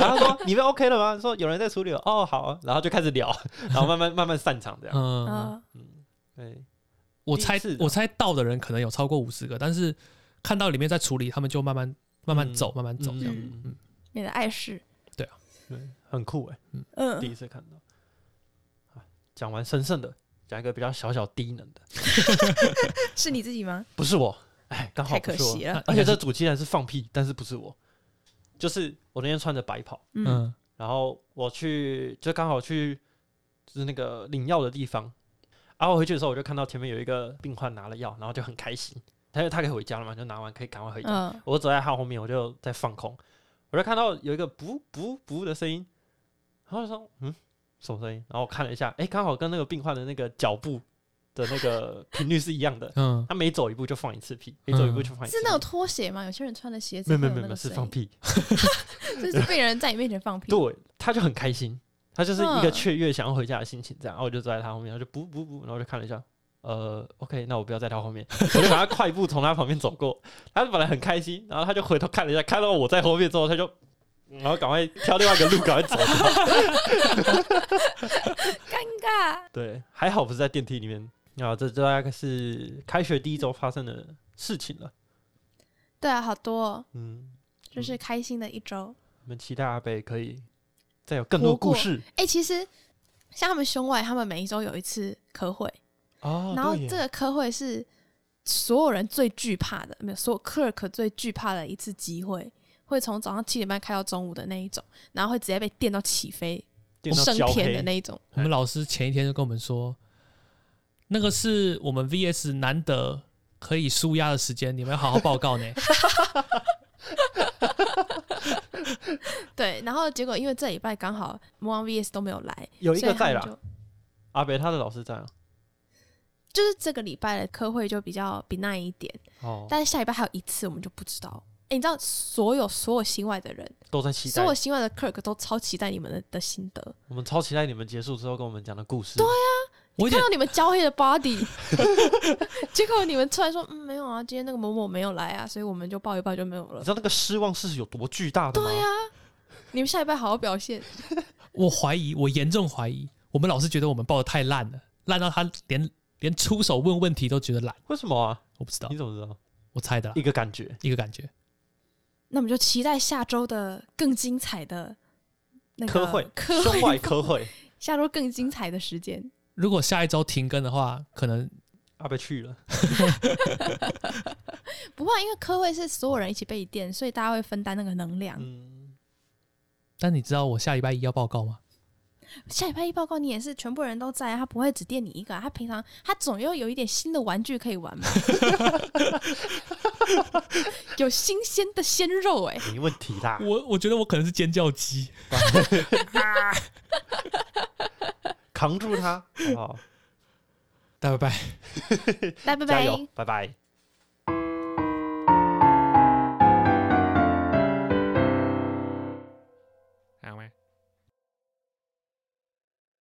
然后说你们 OK 了吗？说有人在处理了哦好啊、然后就开始聊，然后慢慢慢慢散场这样。
嗯。嗯
啊，
嗯，对，
我
第一
猜
次的
我猜到的人可能有超过五十个，但是看到里面在处理，他们就慢慢慢慢走，慢慢走这样。
嗯
嗯，
你的爱是，
对，很酷哎、第
嗯，
一次看到。啊讲完神圣的，讲一个比较小小低能的，
是你自己吗？
不是我，哎，刚好
太
不
可
是我
惜。了，
而且这主竟然是放屁，但是不是我，就是我那天穿着白袍，
嗯
嗯
然后我去就刚好去就是那个领药的地方，然后我回去的时候我就看到前面有一个病患拿了药，然后就很开心，他就他可以回家了嘛，就拿完可以赶快回家。
嗯，
我走在他后面，我就在放空，我就看到有一个“噗噗噗”的声音，然后我就说：“嗯，什么声音？”然后我看了一下，哎、刚好跟那个病患的那个脚步的那个频率是一样的，
嗯，
他每走一步就放一次屁，每走一步就放一次
是
屁。
那种拖鞋吗？有些人穿的鞋子
没
会
有没有没
那
有，
个
是
声音
放，屁。
就是被人在你面前放屁，
对，他就很开心，他就是一个
嗯
雀跃想要回家的心情，这样。然后我就走在他后面，他就不不不，然后我就看了一下，呃，OK，那我不要在他后面，我就把他快步从他旁边走过。他本来很开心，然后他就回头看了一下，看到我在后面之后，他就。然后赶快挑另外一个路，赶快走 *laughs* 掉。
尴尬。
对，还好不是在电梯里面。啊，这这大概是开学第一周发生的事情了。
对啊，好多哦，
嗯，
就是开心的一周。
我们期待阿北可以再有更多故事
哎，其实像他们兄外，他们每一周有一次科会，
哦
然后这个科会是所有人最惧怕的，没有所有 clerk 最惧怕的一次机会，会从早上七点半开到中午的那一种，然后会直接被电到起飞、
电到
升
焦
天
黑
的，那一种。
我们老师前一天就跟我们说，那个是我们 VS 难得可以舒压的时间，你们要好好报
*laughs*
告呢。
对，然后结果因为这礼拜刚好魔王 VS 都没有来，
有一
所
个
以他
在
们
啦，
就
阿北他的老师在啊。
就是这个礼拜的科会就比较 benign 一点，
哦，
但是下礼拜还有一次，我们就不知道。哎，你知道所有所有新外的人，
都在期
所
待
有。新外的 clerk 都超期待你们的的心得，啊
我们超期待你们结束之后跟我们讲的故事。对呀、
我有
看
点
到你们焦黑的 body，结果你们突然说嗯没有啊，今天那个某某没有来啊，所以我们就抱一抱就没有了
你知。道那个失望是有多巨大的吗？
对啊呀、你们下礼拜好好表现。
我怀疑，我严重怀疑，我们老师觉得我们报的太烂了，烂到他连连出手问问题都觉得懒。
为什么啊？
我不知道
你，怎么知道？
我猜的啦
一，个感觉，
一个感觉。
那我们就期待下周的更精彩的那个
科会，
科
胸外
会，
科会，
*laughs* 下周更精彩的时间。
如果下一周停更的话，可能
阿贝啊去了，
不过因为科会是所有人一起被电，所以大家会分担那个能量。
嗯，
但你知道我下礼拜一要报告吗？
下礼拜一报告，你也是全部人都在啊，他不会只电你一个、啊。他平常他总要有一点新的玩具可以玩嘛，有新鲜的鲜肉哎、
嗯没问题啦。
我我觉得我可能是尖叫鸡，
扛住它，好不好？
大拜拜。
拜拜
加
拜
油。，拜拜。